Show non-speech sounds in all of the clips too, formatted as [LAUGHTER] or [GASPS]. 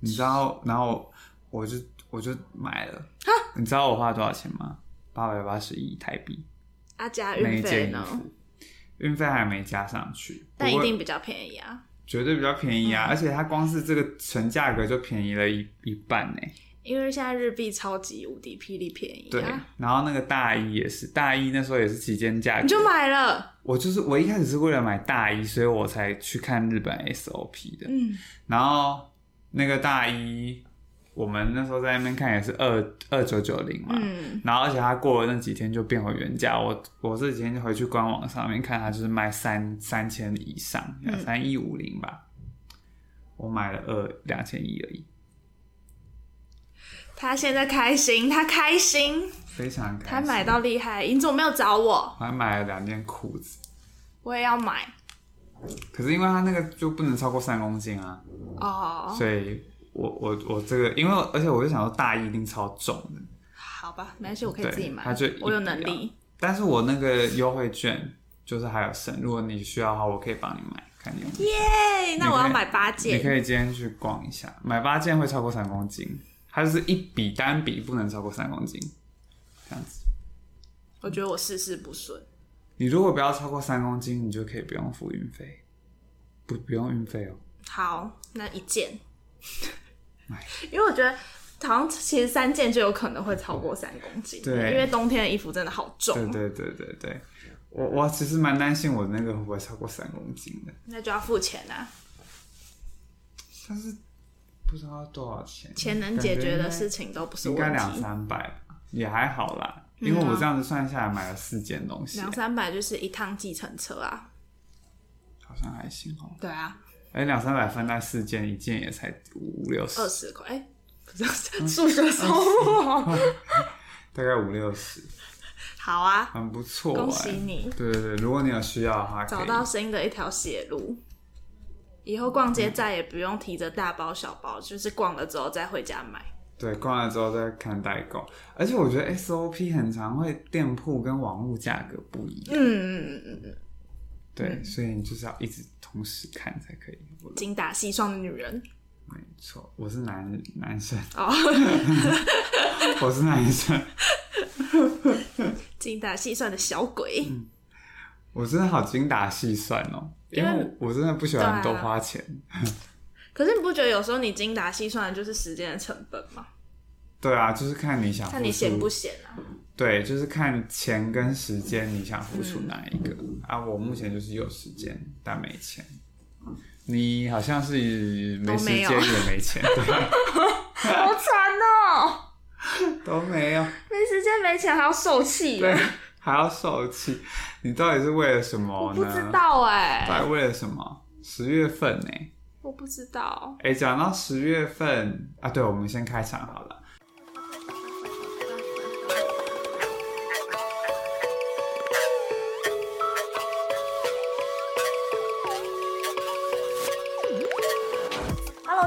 你知道，然后我就我就买了。你知道我花多少钱吗？八百八十一台币，啊，加那一运费件衣呢？服，运费还没加上去，但不一过定比嗯较便宜啊，绝对比较便宜啊！而且它光是这个纯价格就便宜了一一半呢、因为现在日币超级无敌霹雳便宜对，啊，然后那个大衣也是，大衣那时候也是期间价格，你就买了，我就是我一开始是为了买大衣，所以我才去看日本 SOP 的。嗯，然后那个大衣，我们那时候在那边看也是二二九九零嘛。嗯然后，而且它过了那几天就变回原价。我我这几天就回去官网上面看，它就是卖三三千以上，嗯三一五零吧。我买了二两千一而已，他现在开心，他开心，非常开他心。买到厉害。你怎么没有找我？我还买了两件裤子，我也要买可是因为它那个就不能超过三公斤啊。哦。所以我我我这个，因为而且我就想说大衣一定超重的，好吧，没关系，我可以对自己买他就，我有能力。但是我那个优惠券就是还有剩，如果你需要的话，我可以帮你买，看你有没有。耶，那我要买八你件。可以今天去逛一下，买八件会超过三公斤，它就是一笔单笔不能超过三公斤，这样子。我觉得我事事不顺，你如果不要超过三公斤，你就可以不用付运费，不不用运费哦。好，那一件哎，因为我觉得好像其实三件就有可能会超过三公斤，对因为冬天的衣服真的好对重，对对对对，我我其实蛮担心我那个会不会超过三公斤的，那就要付钱啊。但是不知道多少钱。钱能解决的嗯感觉应该事情都不是应该问两题，嗯三百吧，也还好啦。因为我这样子算下来买了四件东西，两三百就是一趟计程车啊。好像还行哦、对啊，哎、两三百分在四件，一件也才五六十二，十块，哎不是嗯数学收入。大概五六十，好啊，很不错、哎恭喜你对对对，如果你有需要的话，可找以到新的一条血路。以后逛街再也不用提着大包小包，就是逛了之后再回家买。对逛了之后再看代购。而且我觉得 SOP 很常会店铺跟网络价格不一样，嗯嗯嗯嗯，对，所以你就是要一直同时看才可以。我精打细算的女人没错，我是男男生， [LAUGHS] 哦， [LAUGHS] 我是男生。精打细算的小鬼。嗯我真的好精打细算哦，因因为为我真的不喜欢多花钱。可是你不觉得有时候你精打细算的就是时间的成本吗？对啊，就是看你想付出看你闲不闲啊？对，就是看钱跟时间你想付出哪一个、啊。我目前就是有时间，但没钱。你好像是没时间都没有也没钱， [LAUGHS] 对，好惨哦！都没有，没时间没钱还要受气，对，还要受气。你到底是为了什么我呢？不知道哎、到底为了什么？十月份呢、我不知道。哎、讲到十月份啊，对，我们先开场好了。 Hello，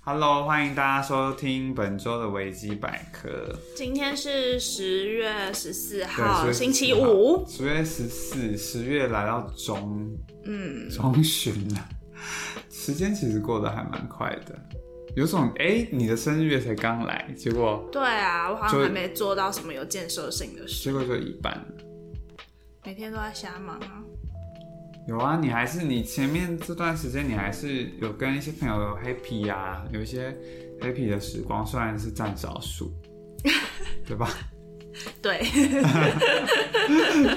Hello，欢迎大家收听本周的维基百科。今天是十月十四号，对，星期五。十月十四，十月来到中 [LAUGHS] 嗯，中旬了，时间其实过得还蛮快的，有种哎、你的生日月才刚来，结果对啊，我好像就还没做到什么有建设性的事，结果就一半了。每天都在瞎忙啊。有啊，你还是你前面这段时间你还是有跟一些朋友有 happy 呀、啊，有一些 happy 的时光，虽然是占少 [LAUGHS] 数，对吧？对，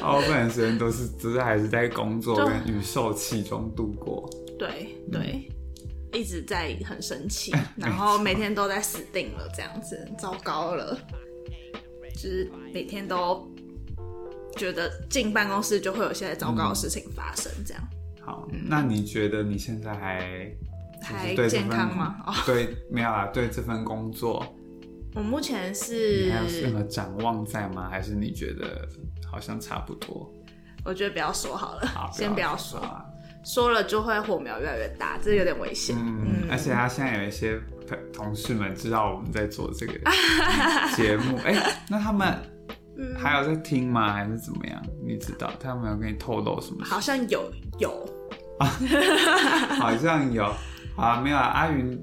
大部分的时间都是只是还是在工作跟与受气中度过。对嗯对，一直在很生 [LAUGHS] 气，然后每天都在死定了，这样子糟糕了，就是每天都觉得进办公室就会有一些糟糕的事情发生，这样。好，那你觉得你现在还嗯就是还对这嗯健份康吗？哦，对没有啦？对这份工作，我目前你还有任是何展望在吗？还是你觉得好像差不多？我觉得不要说好了，好先不要说说，啊。说了就会火苗越来越大，这有点危险。嗯，而且他现在有一些同同事们知道我们在做 [LAUGHS] 这个节目，哎、那他们嗯还有在听吗？还是怎么样？你知道他们有跟你透露什么事？好像有有，好像有啊，没有啊，阿云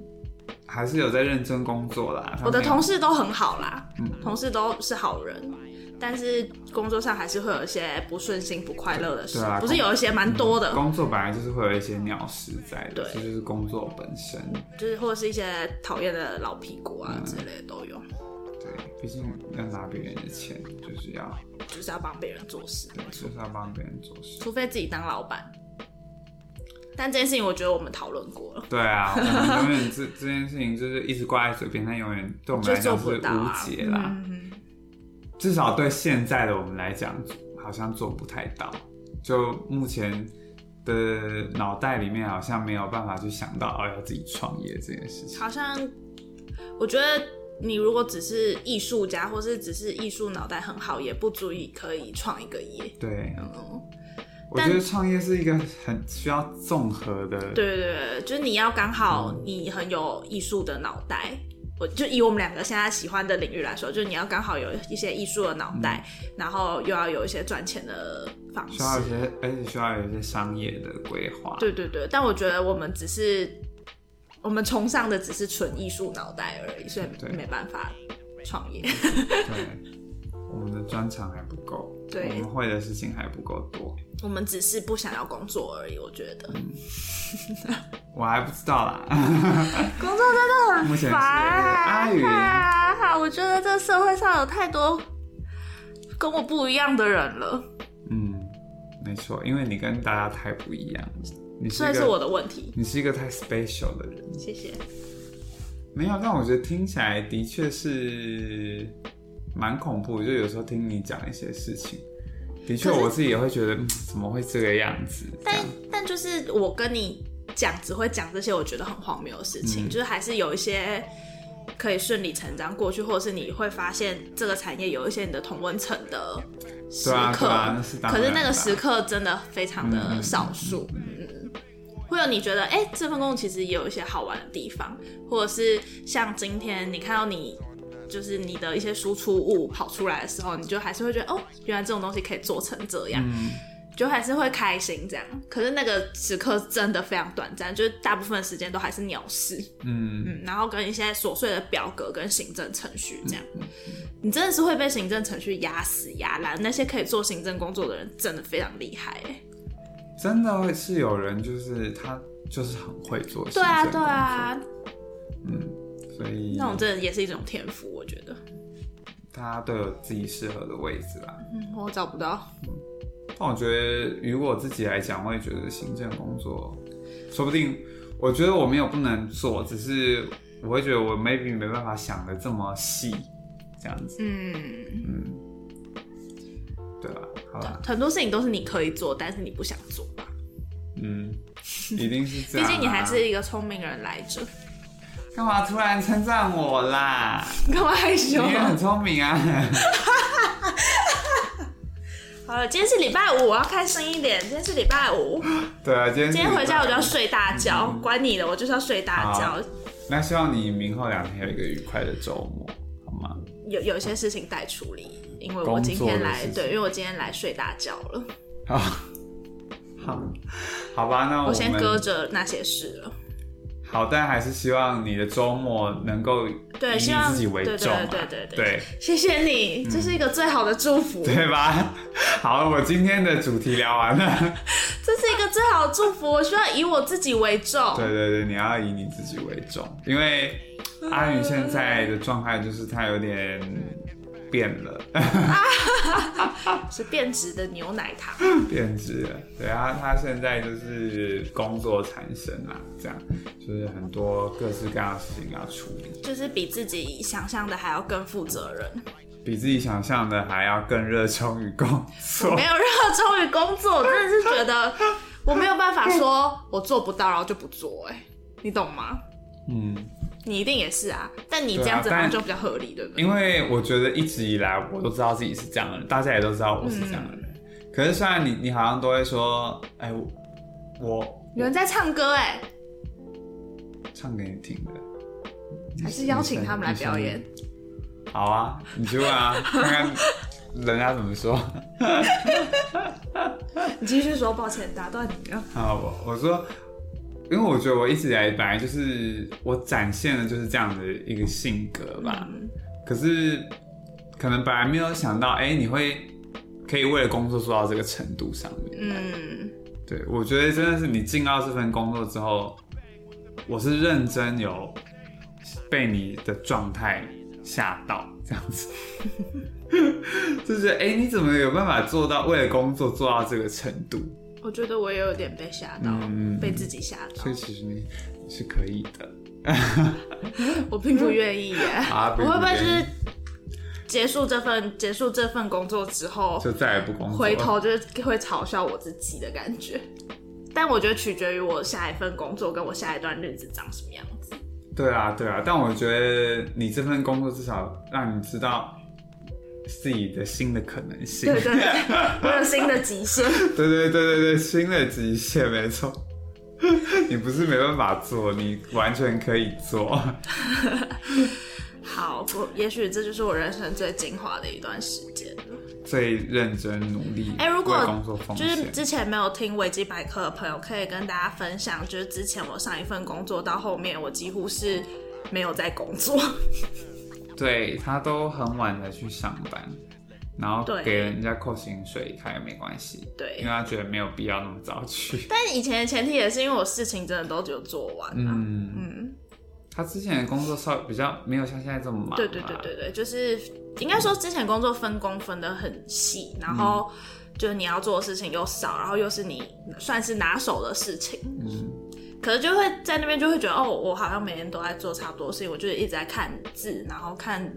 还是有在认真工作啦。他我的没有同事都很好啦，嗯同事都是好人，但是工作上还是会有一些不顺心、不快乐的事对啊，不是有一些蛮多的，嗯工作本来就是会有一些鸟事在的，对这就是工作本身。就是或者是一些讨厌的老屁股啊之类的都有，对，毕竟要拿别人的钱，就是要就是要帮别人做事，对，就是要帮别人做事。除非自己当老板。但这件事情我觉得我们讨论过了，对啊，我们永远这这件事情就是一直挂在嘴边，但永远对我们就来做讲不是到啊无。解啦。嗯至少对现在的我们来讲，好像做不太到。就目前的脑袋里面，好像没有办法去想到哦，要自己创业这件事情。好像我觉得你如果只是艺术家，或是只是艺术脑袋很好，也不足以可以创一个业。对，嗯，我但觉得创业是一个很需要综合的。对对对，就是你要刚好嗯你很有艺术的脑袋。我就以我们两个现在喜欢的领域来说，就是你要刚好有一些艺术的脑袋，然后又要有一些赚钱的方式需。嗯要有一些，而且需要有一些商业的规划。对对对，但我觉得我们只是我们崇尚的只是纯艺术脑袋而已，所对以没办法创业。对，我们的专长还不够，对我们会的事情还不够多。我们只是不想要工作而已。我觉得我还不知道啦， [LAUGHS] 工作真的目前是阿烦云，啊！我觉得这社会上有太多跟我不一样的人了，嗯，没错，因为你跟大家太不一样了，你是所一以个是我的问题。你是一个太 special 的人，谢谢。没有。但我觉得听起来的确是蛮恐怖，就有时候听你讲一些事情，的确可是我自己也会觉得，嗯，怎么会这个样子？这样但但就是我跟你讲，只会讲这些我觉得很荒谬的事情，嗯就是还是有一些可以顺理成章过去，或者是你会发现这个产业有一些你的同温层的时对啊刻，对啊那是当然嗯可是那的啊个时刻真的非常的少数，嗯。会有你觉得，哎、这份工作其实也有一些好玩的地方，或者是像今天你看到你就是你的一些输出物跑出来的时候，你就还是会觉得，哦，原来这种东西可以做成这样。嗯，就还是会开心这样。可是那个时刻真的非常短暂，就是大部分时间都还是鸟事，嗯，嗯，然后跟一些琐碎的表格跟行政程序这样，嗯你真的是会被行政程序压死压烂。那些可以做行政工作的人真的非常厉害、欸，真的会是有人就是他就是很会做行对啊政嗯对啊，工作，嗯所以那种真的也是一种天赋，我觉得。大家都有自己适合的位置啦。嗯，我找不到，但我觉得，以我自己来讲，我也觉得行政工作，说不定，我觉得我没有不能做，只是我会觉得我 maybe 没办法想的这么细，这样子，嗯，嗯，对吧？好吧，很多事情都是你可以做，但是你不想做吧？嗯，一定是这毕样、啊。竟你还是一个聪明人来着，干嘛突然称赞我 [LAUGHS] 啦？你干嘛害你羞？也很聪明啊， [LAUGHS] 好了，今天是礼拜五，我要开心一点。今天是礼拜五，对啊，今天今今天回家我就要。睡大觉，管你的，我就是要睡大嗯好觉。那希望你明后两天有一个愉快的周末，好吗？有有一些事情待处理，因为我工作的今天来事，情对，因为我今天来睡大觉了，好， [LAUGHS] 好，好吧，那我我先们搁着那些事了。好，但还是希望你的周末能够以对你希望自己为重啊嘛，对对对对对嗯对谢谢你，这是一个最好的祝福，对吧？ [LAUGHS] 好，我今天的主题聊完了，这是一个最好的祝福。我需要以我自己为重。对对对，你要以你自己为重，因为阿云现在的状态就是她有点变了，是变质的牛奶糖，变质了，对啊，她现在就是工作缠身啊，这样就是很多各式各样的事情要处理，就是比自己想象的还要更负责任。比自己想象的还要更热衷于工我作没。有热衷于工作，我真的是觉得我没有办法说我做不到，然后就不做、哎，你懂吗？嗯，你一定也是啊，但你这对啊样子好像但就比较合理，对不对？因为我觉得一直以来我都知道自己是这样的人，大家也都知道我是这样的人。可是虽然你你好像都会说，哎、我我有人在唱歌、哎，唱给你听的，还是邀请他们来表演你。好啊，你去问啊，看看人家怎么说。你继续说，抱歉打断你啊了。好，啊我我说，因为我觉得我一直以来本来就是我展现的就是这样的一个性格吧，嗯可是可能本来没有想到，哎、你会可以为了工作做到这个程度上面。嗯，对，我觉得真的是你进到这份工作之后，我是认真有被你的状态吓到这样子， [LAUGHS] 就是哎、诶你怎么有办法做到为了工作做到这个程度？我觉得我也有点被吓到，嗯被自己吓到所以，其实你是可以的。我并不愿意耶。啊我会不会并就不愿是意结束这份结束这份工作之后，就再也不工作，回头就是会嘲笑我自己的感觉？但我觉得取决于我下一份工作跟我下一段日子长什么样子。对啊，对啊，但我觉得你这份工作至少让你知道自己的新的可能性，对对对， [LAUGHS] 我有新的极限。 [LAUGHS] 对对对对对，新的极限，没错。 [LAUGHS] 你不是没办法做，你完全可以做。好，不，也许这就是我人生最精华的一段时间了。最认真努力，哎如果为工作奉就献，是之前没有听维基百科的朋友，可以跟大家分享，就是之前我上一份工作到后面，我几乎是没有在工作。 [LAUGHS] 对他都很晚才去上班，然后对给人家扣薪水，他也没关系，因为对，他觉得没有必要那么早去。但以前的前提也是因为我事情真的都只有做完啊。嗯，嗯，他之前的工作稍微比较没有像现在这么忙，啊对对对，对对，就是应该说之前工作分工分得很细，然嗯后就是你要做的事情又少，然后又是你算是拿手的事情，嗯，可是就会在那边就会觉得，哦，我好像每天都在做差不多的事情，我就是一直在看字，然后看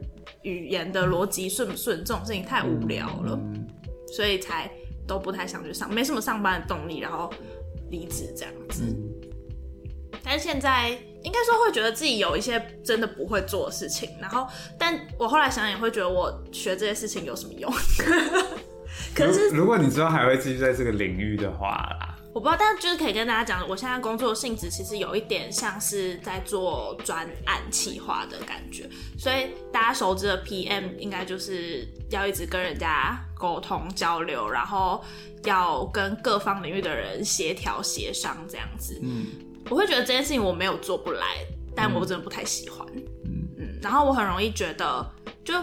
语言的逻辑顺不顺，这种事情太无聊了，嗯所以才都不太想去上，没什么上班的动力，然后离职这样子。嗯但是现在应该说会觉得自己有一些真的不会做的事情，然后，但我后来想想也会觉得我学这些事情有什么用？ [LAUGHS] 可是如如果你之后还会继续在这个领域的话啦，我不知道，但就是可以跟大家讲，我现在工作性质其实有一点像是在做专案企划的感觉，所以大家熟知的 PM 应该就是要一直跟人家沟通交流，然后要跟各方领域的人协调协商这样子。嗯我会觉得这件事情我没有做不来，但我真的不太喜欢。嗯嗯，然后我很容易觉得，就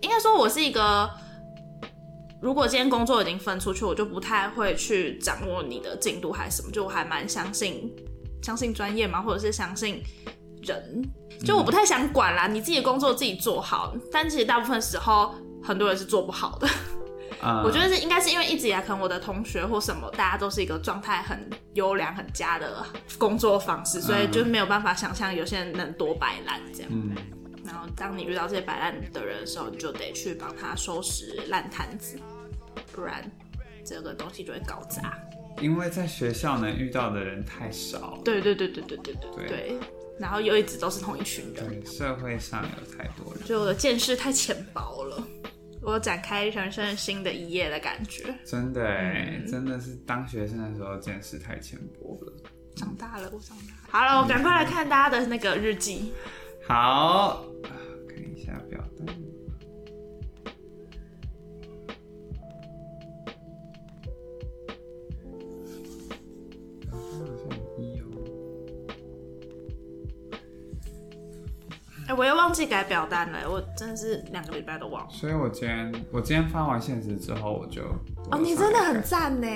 应该说我是一个，如果今天工作已经分出去，我就不太会去掌握你的进度还是什么，就我还蛮相信相信专业嘛，或者是相信人，就我不太想管啦，你自己的工作自己做好，但其实大部分时候很多人是做不好的。啊、我觉得是应该是因为一直以来，可能我的同学或什么，大家都是一个状态很优良、很佳的工作方式，所以就没有办法想象有些人能多摆烂这样。嗯，然后当你遇到这些摆烂的人的时候，你就得去帮他收拾烂摊子，不然这个东西就会搞砸。因为在学校能遇到的人太少，对对对对对对对对对。然后又一直都是同一群人，对，社会上有太多人，就我的见识太浅薄了，我展开人生新的一页的感觉。真的哎、嗯真的是当学生的时候见识太浅薄了。长大了，我长大了。好了，我赶快来看大家的那个日记。好，啊看一下表单。好像有一哦哎、我又忘记改表单了，我真的是两个礼拜都忘了。所以我今天我今天发完现实之后，我就哦，你真的很我赞呢！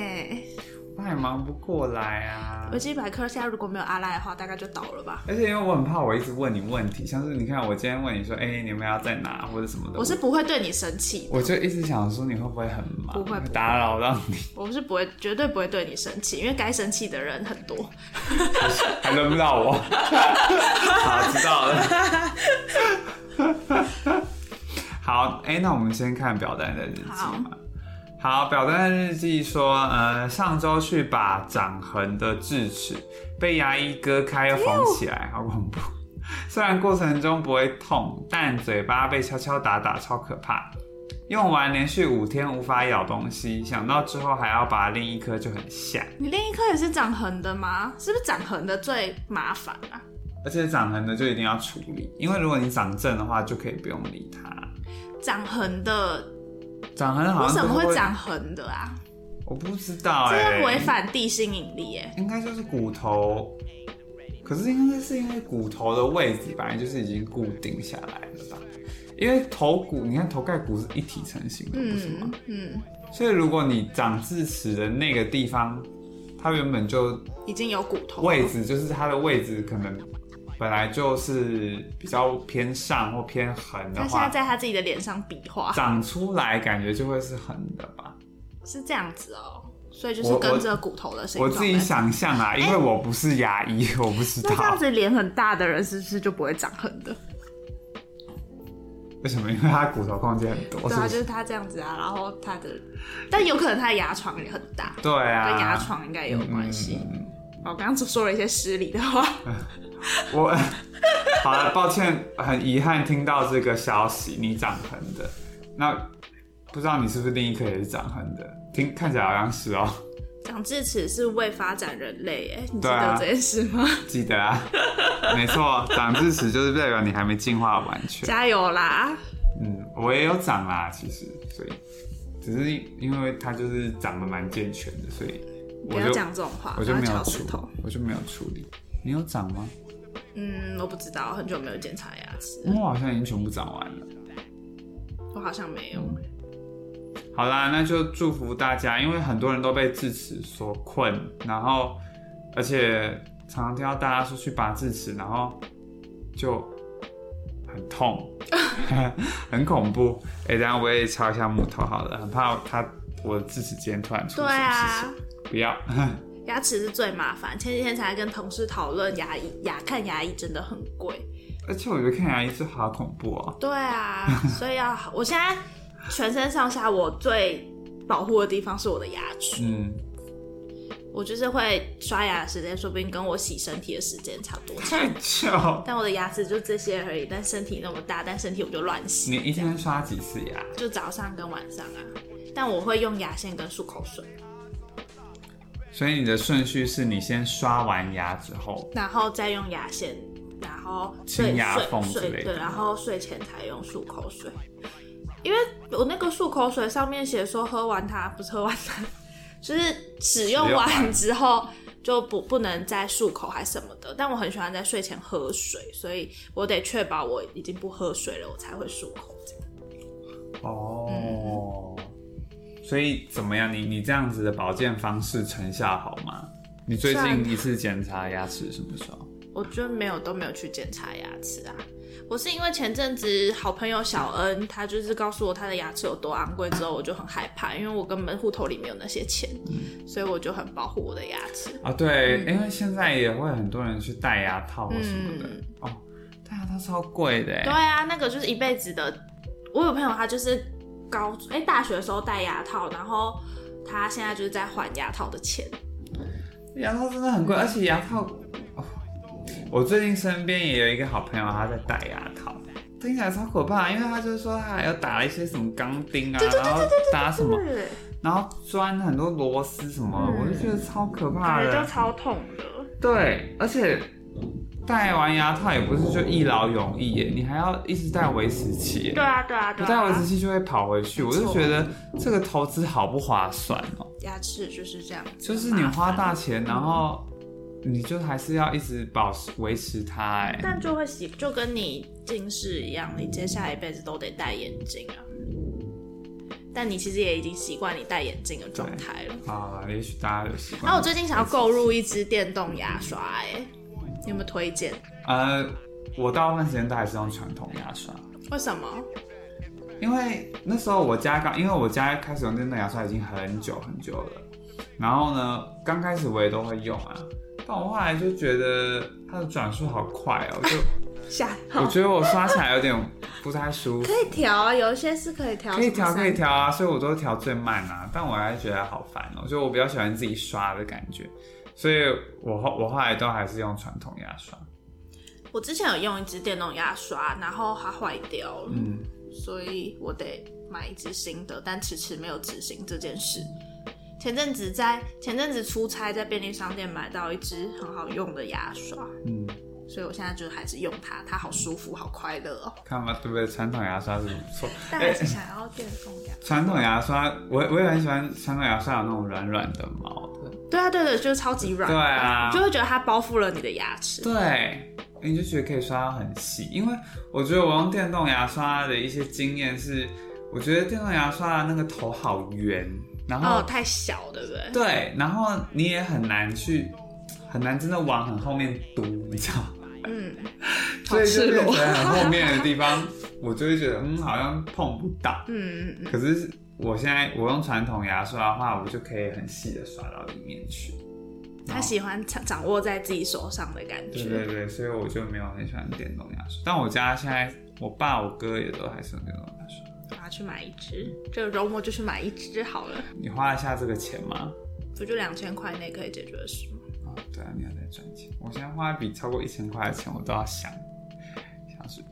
我也忙不过来啊维。基百科现在如果没有阿赖的话，大概就倒了吧。而且因为我很怕我一直问你问题，像是你看我今天问你说，哎、你们要在哪或者什么的，我是不会对你生气的，我就一直想说你会不会很忙，不会不会打扰到你，我是不会，绝对不会对你生气，因为该生气的人很多。还轮不到我。 [LAUGHS] 好，知道了。 [LAUGHS] 好，哎、那我们先看表单的日记嘛。好好，表单的日记说，呃，上周去把长痕的智齿被牙医割开又缝起来，好恐怖。虽然过程中不会痛，但嘴巴被敲敲打打，超可怕。用完连续五天无法咬东西，想到之后还要拔另一颗就很吓。你另一颗也是长横的吗？是不是长横的最麻烦啊？而且长痕的就一定要处理，因为如果你长正的话，就可以不用理它。长横的长哎痕好为像什么就是会长横的啊？我不知道这哎、是违反地心引力哎、应该就是骨头，可是应该是因为骨头的位置本来就是已经固定下来了吧？因为头骨，你看头盖骨是一体成型的，不是吗？嗯嗯，所以如果你长智齿的那个地方，它原本就已经有骨头了位置，就是它的位置可能本来就是比较偏上或偏横的他现在话，在他自己的脸上比划，长出来感觉就会是横的吧？是这样子哦、所以就是我我跟着骨头的形我状。自己。想象啦，因为我不是牙医，哎我不知那这样道子脸很大的人是不是就不会长横的？为什么，因为它骨头空间很多，哦 [LAUGHS] 对是啊，不？就是是他这样子啊，然后他的，但有可能他的牙床也很大，对啊，嗯跟牙床应该也有关系。哦，我刚刚说了一些失礼的话， [LAUGHS] 我 [LAUGHS] 好了，抱歉，很遗憾听到这个消息，你长横的。那不知道你是不是另一颗也是长横的？听看起来好像是哦，长智齿是为发展人类，哎，你记对啊得这件事吗？记得 [LAUGHS] 啊，没错，长智齿就是代表你还没进化完全。加油啦！嗯，我也有长啦，其实，所以只是因为它就是长得蛮健全的，所以不我要就讲这种话，我就没不要有敲处石头。我就没有处理。你有长吗？嗯，我不知道，很久没有检查牙齿，我好像已经全部长完了。我好像没有。嗯好啦，那就祝福大家，因为很多人都被智齿所困，然后而且常常听到大家说去拔智齿，然后就很痛， [LAUGHS] 很恐怖。哎、等一下我也敲一下木头好了，很怕它我的智齿今天突然出什对么事啊情，，不要。牙齿是最麻烦。前几天才跟同事讨论牙医，牙看牙医真的很贵。 [LAUGHS] 而且我觉得看牙医是好恐怖哦、对啊，所以要我现在全身上下我最保护的地方是我的牙齿，嗯，我就是会刷牙的时间，说不定跟我洗身体的时间差不多长。太久。但我的牙齿就这些而已，但身体那么大，但身体我就乱洗，你一天刷几次牙？就早上跟晚上啊。但我会用牙线跟漱口水，所以你的顺序是你先刷完牙之后，然后再用牙线，然后清睡牙缝睡之类睡的对，然后睡前才用漱口水，因为我那个漱口水上面写说喝完它不是喝完它，就是使使用用完完之后就不不能再漱口还什么的。但我很喜欢在睡前喝水，所以我得确保我已经不喝水了，我才会漱口。这样哦，所以怎么样？你你这样子的保健方式成效好吗？你最近算一次检查牙齿什么时候？我就没有都没有去检查牙齿啊。我是因为前阵子好朋友小恩，他就是告诉我他的牙齿有多昂贵之后，我就很害怕，因为我根本户头里没有那些钱，所以我就很保护我的牙齿。啊，对，因为现在也会很多人去戴牙套或什么的、嗯哦，戴牙套超贵的欸，对啊，那个就是一辈子的。我有朋友他就是高哎、大学的时候戴牙套，然后他现在就是在还牙套的钱。牙套真的很贵，而且牙套，哦我最近身边也有一个好朋友，他在戴牙套，听起来超可怕，因为他就是说他还要打了一些什么钢钉啊，然后打什么，对，然后钻很多螺丝什么，嗯我就觉得超可怕的。超痛的。对，而且戴完牙套也不是就一劳永逸耶，你还要一直戴维持器耶，啊，对啊，不戴维持器就会跑回去，我错就觉得这个投资好不划算哦。牙齿就是这样子，就是你花大钱，然后你就还是要一直保持维持它，哎，但就会习，就跟你近视一样，你接下来一辈子都得戴眼镜啊。但你其实也已经习惯你戴眼镜的状态了。啊，也许大家有习惯。那我最近想要购入一支电动牙刷、哎，你有没有推荐？呃，我大部分时间都还是用传统牙刷。为什么？因为那时候我家刚，因为我家开始用电动牙刷已经很久很久了，然后呢，刚开始我也都会用啊，但我后来就觉得它的转速好快哦，就下我好，觉得我刷起来有点不太舒服可。以调啊，有一些是可以调，可以调，可以。调啊，所以我都调最慢啊，但我还是觉得好烦哦、就我比较喜欢自己刷的感觉，所以我后我后来都还是用传统牙刷。我之前有用一支电动牙刷，然后它坏掉了，嗯，所以我得买一支新的，但迟迟没有执行这件事。前阵子在前阵子出差，在便利商店买到一支很好用的牙刷，嗯，所以我现在就还是用它，它好舒服，好快乐哦。看吧，对不对？传统牙刷是不错，但还是想要电动牙。传统牙刷我我也很喜欢传统牙刷有那种软软的毛的，对啊，对的，就是超级软，对啊就会觉得它包覆了你的牙齿。对，你就觉得可以刷到很细，因为我觉得我用电动牙刷的一些经验是，我觉得电动牙刷的那个头好圆，然后、哦，太小，对不对？啊对，然后你也很难去，很难真的往很后面读，你知道吗？嗯，好所以就赤变 [LAUGHS] 裸成。很后面的地方，我就会觉得嗯，好像碰不到。嗯嗯嗯，可是我现在我用传统牙刷的话，我就可以很细的刷到里面去。然他后喜欢掌掌握在自己手上的感对觉。对对，所以我就没有很喜欢电动牙刷。但我家现在我爸我哥也都还是用电动牙刷。我要去买一支，这个周末就去买一支好了，你花得下这个钱吗？不就两千块内可以解决的事吗？啊、对啊，你要再赚钱。我现在花一笔超过一千块的钱，我都要想，想是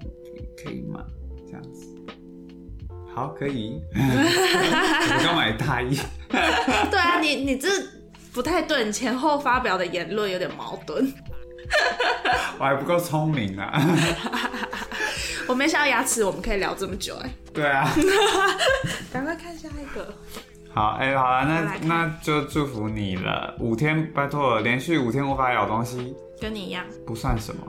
可以吗？这样子，好，可以。 [LAUGHS] 我刚买大衣，对啊，你你这不太对，你前后发表的言论有点矛 [LAUGHS] 盾。我还不够聪明啊。 [LAUGHS] 我没想到牙齿我们可以聊这么久、哎，对啊，赶快看下一个。好，哎、好了，我来那看那就祝福你了。五天，拜托了，连续五天无法咬东西跟你一 [LAUGHS] 样，不算什么。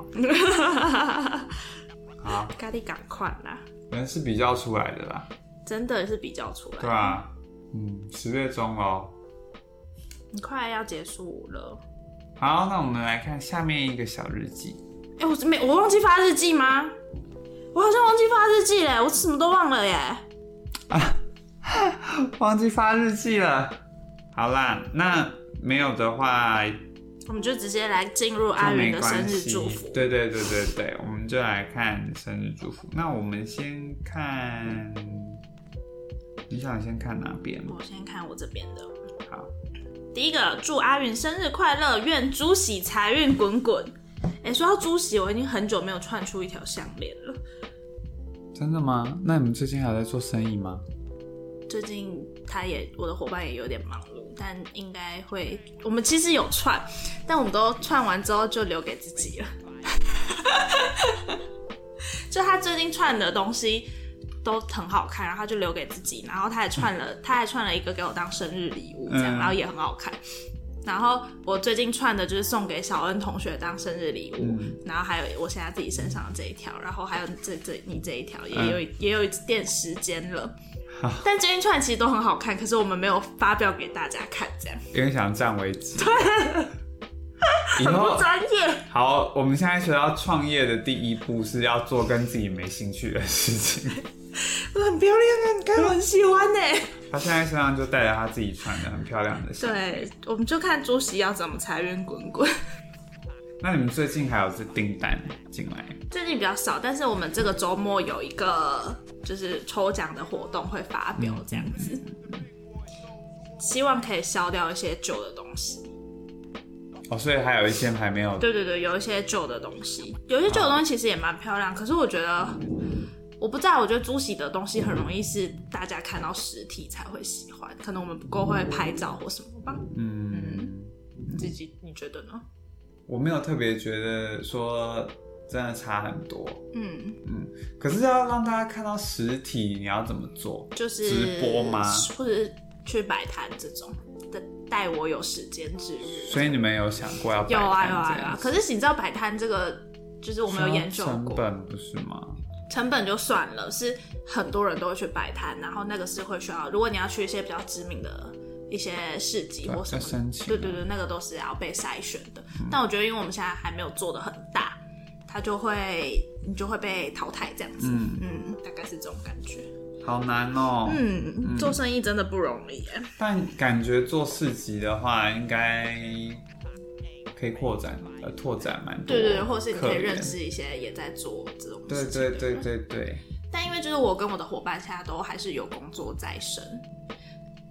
好，咖喱赶快啦，人是比较出来的啦，真的是比较出来。对啊，嗯，十月中哦。你快要结束了。好，那我们来看下面一个小日记。哎、我没我忘记发日记吗？我好像忘记发日记嘞，我什么都忘了耶。忘记发日记了。好啦，那没有的话就我们就直接来进入阿没云的生关日系。祝福。对对对对对，我们就来看生日祝福。那我们先看，你想先看哪边？我先看我这边的。好，第一个，祝阿云生日快乐，愿朱喜财运滚滚。哎、说到朱喜，我已经很久没有串出一条项链了。真的吗？那你们最近还在做生意吗？最近他也，我的伙伴也有点忙碌，但应该会。我们其实有串，但我们都串完之后就留给自己了。 [LAUGHS] 就他最近串的东西都很好看，然后他就留给自己，然后他也串了，他还串了一个给我当生日礼物，这样，嗯然后也很好看。然后我最近串的就是送给小恩同学当生日礼物，嗯然后还有我现在自己身上的这一条，然后还有这这你这一条，也嗯有、也有一点时间了。但这一串其实都很好看，可是我们没有发表给大家看，这样因为想占为己。 [LAUGHS] 对。以后专业。好，我们现在学到创业的第一步是要做跟自己没兴趣的事情。我很漂亮啊，你看我很喜欢呢、他现在身上就带着他自己穿的很漂亮的鞋。对，我们就看朱熹要怎么财源滚滚。那你们最近还有这订单进来？最近比较少，但是我们这个周末有一个就是抽奖的活动会发表这样子，希望可以消掉一些旧的东西。哦，所以还有一些还没有。对对对，有一些旧的东西，有一些旧的东西其实也蛮漂亮，可是我觉得，我不知道，我觉得朱熹的东西很容易是大家看到实体才会喜欢，可能我们不够会拍照或什么吧。嗯，自己你觉得呢？我没有特别觉得说真的差很多，嗯，可是要让大家看到实体，你要怎么做？就是直播吗或者是去摆摊这种的，带我有时间之日。所以你们有想过要摆有摊啊有这啊件有啊，事可是你知道摆摊这个，就是我们有研究需要成，过本不是吗？成本就算了，是很多人都会去摆摊，然后那个是会需要，如果你要去一些比较知名的一些市集对啊或什么要申请的，对对对，那个都是要被筛选的。嗯但我觉得，因为我们现在还没有做的很大，它就会你就会被淘汰这样子，嗯嗯，大概是这种感觉。好难哦、嗯，做生意真的不容易耶，但感觉做市集的话，应该可以扩展呃拓展蛮多对客源，对对，或者是你可以认识一些也在做这种对事情对的对人对对，但因为就是我跟我的伙伴现在都还是有工作在身，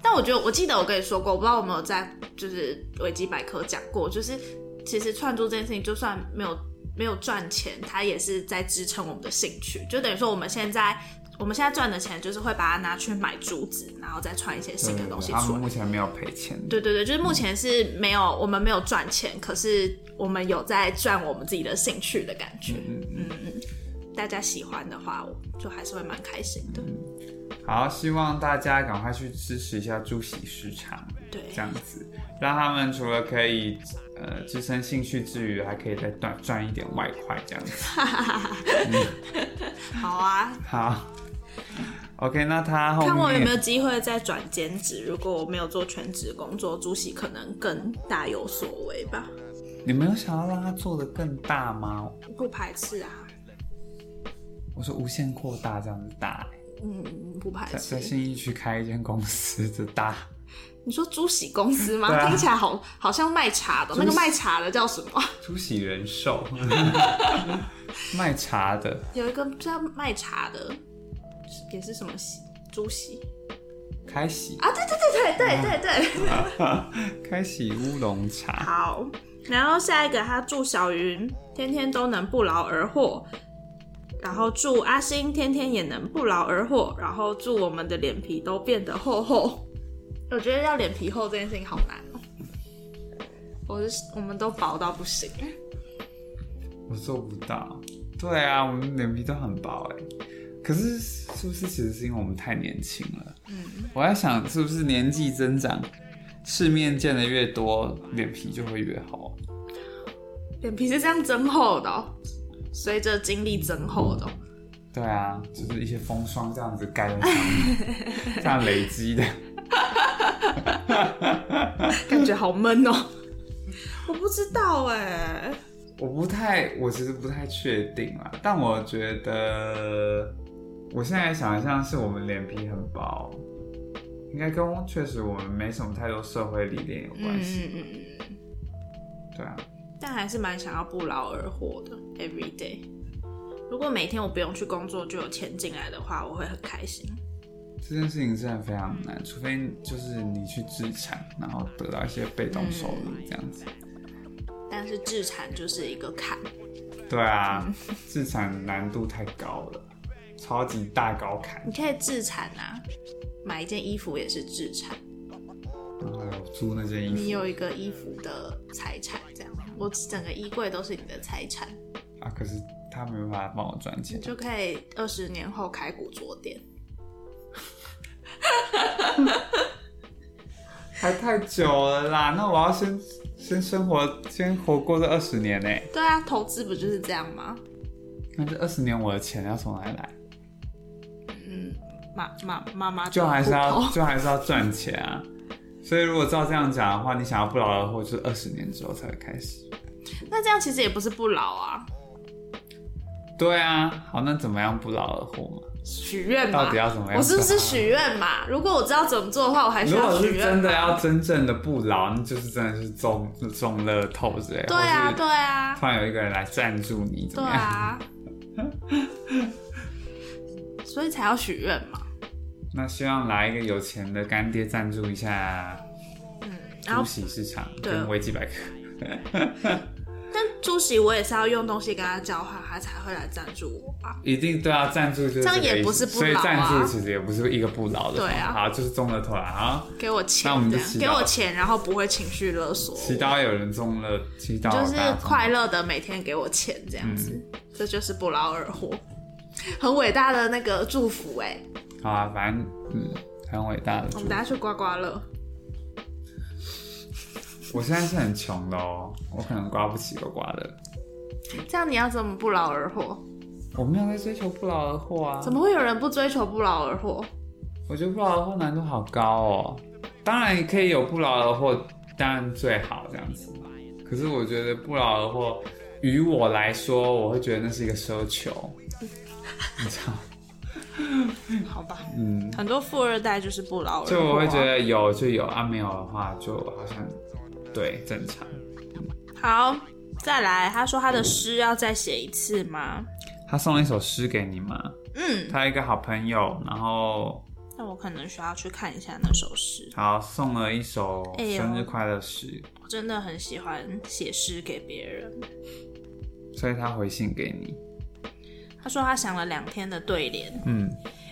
但我觉得我记得我跟你说过，我不知道我有没有在就是维基百科讲过，就是其实串珠这件事情，就算没有没有赚钱，它也是在支撑我们的兴趣，就等于说我们现在。我们现在赚的钱就是会把它拿去买珠子，然后再串一些新的东西对对对他出来们。目前没有赔钱，对对对，就是目前是没有，我们没有赚钱，可是我们有在赚我们自己的兴趣的感觉。嗯嗯大家喜欢的话，我就还是会蛮开心的。嗯好，希望大家赶快去支持一下猪喜市场，对这样子让他们除了可以呃支撑兴趣之余，还可以再赚赚一点外快，这样 [LAUGHS] 子。好啊，好，OK，那他后面看我有没有机会再转兼职。如果我没有做全职工作，主席可能更大有所为吧，你没有想要让他做的更大吗？不排斥啊，我说无限扩大这样子大、嗯，不排在在斥。信义区开一间公司这大，你说主席公司 [LAUGHS] 吗？对啊听起来好好像卖茶的，主那个喜卖茶的叫什么？ [LAUGHS] 出喜人寿，卖茶的，有一个叫卖茶的，也是什么席？主席。开喜啊，对对对对对对对，开喜乌龙茶，好。然后下一个，他祝小云天天都能不劳而获，然后祝阿星天天也能不劳而获，然后祝我们的脸皮都变得厚厚。我觉得要脸皮厚这件事情好难哦、我是我们都薄到不行，我做不到。对啊，我们脸皮都很薄哎、可是是不是其实是因为我们太年轻了？嗯，我在想是不是年纪增长，世面见的越多，脸皮就会越厚。脸皮是这样增厚的、哦，随着经历增厚的哦、对啊，就是一些风霜这样子盖在上面，这样累积的。感觉好闷哦、我不知道哎、我不太，我其实不太确定啦，但我觉得我现在想象是我们脸皮很薄，应该跟确实我们没什么太多社会历练有关系。嗯嗯嗯。对啊，但还是蛮想要不劳而获的，every day。如果每天我不用去工作就有钱进来的话，我会很开心。这件事情真的非常嗯难，除非就是你去自产，然后得到一些被动收入这样子。嗯但是自产就是一个坎，对啊，嗯自产难度太高了，超级大高坎，你可以自产啊，买一件衣服也是自产，然后还有租那件衣你服有一个衣服的财产，这样，我整个衣柜都是你的财产，啊，可是他没办法帮我赚钱你。就可以二十年后开古着店。还太久了啦，那我要先先生活，先活过这二十年呢、对啊，投资不就是这样吗？那这二十年我的钱要从哪里来？妈妈妈妈就还是不要投就还是要赚钱啊。所以如果照这样讲的话，你想要不劳而获，就是二十年之后才会开始。那这样其实也不是不劳啊，对啊，好，那怎么样不劳而获嘛？许愿嘛，到底要怎么样我是不是做啊许愿嘛？如果我知道怎么做的话，我还需如要果许是愿真的吗要真正的不劳，那就是真的是中中乐透之类，对啊，或是对啊，突然有一个人来赞助你，怎对么样？啊， [LAUGHS] 所以才要许愿嘛。那希望来一个有钱的干爹赞助一下主然后喜市场对跟维基百科。朱喜，我也是要用东西跟他交换，他才会来赞助我吧？一定对啊，赞助就是这样个也意思不是不所以劳啊赞助其实也不是一个不劳的方法，对啊好就是中了头了好，给我钱那我，们这就样祈祷给我钱，然后不会情绪勒索我，祈祷有人中了，祈祷就是大家中嗯快乐的每天给我钱这样子，这就是不劳而获，很伟大的那个祝福哎、好啊，反正嗯，很伟大的我祝们等下去刮刮乐，福。我现在是很穷的哦，我可能刮不起个刮的，这样你要怎么不劳而获？我没有在追求不劳而获啊，怎么会有人不追求不劳而获？我觉得不劳而获难度好高哦。当然也可以有不劳而获，当然最好这样子。可是我觉得不劳而获，于我来说，我会觉得那是一个奢求，你知道吗？好吧，嗯。很多富二代就是不劳而获啊、就我会觉得有就有啊，没有的话就好像对正常。好，再来，他说他的诗要再写一次吗？他送了一首诗给你嘛，嗯，他有一个好朋友，然后那我可能需要去看一下那首诗。好送了一首哎呦生日快乐诗，我真的很喜欢写诗给别人。所以他回信给你。他说他想了两天的对联：嗯，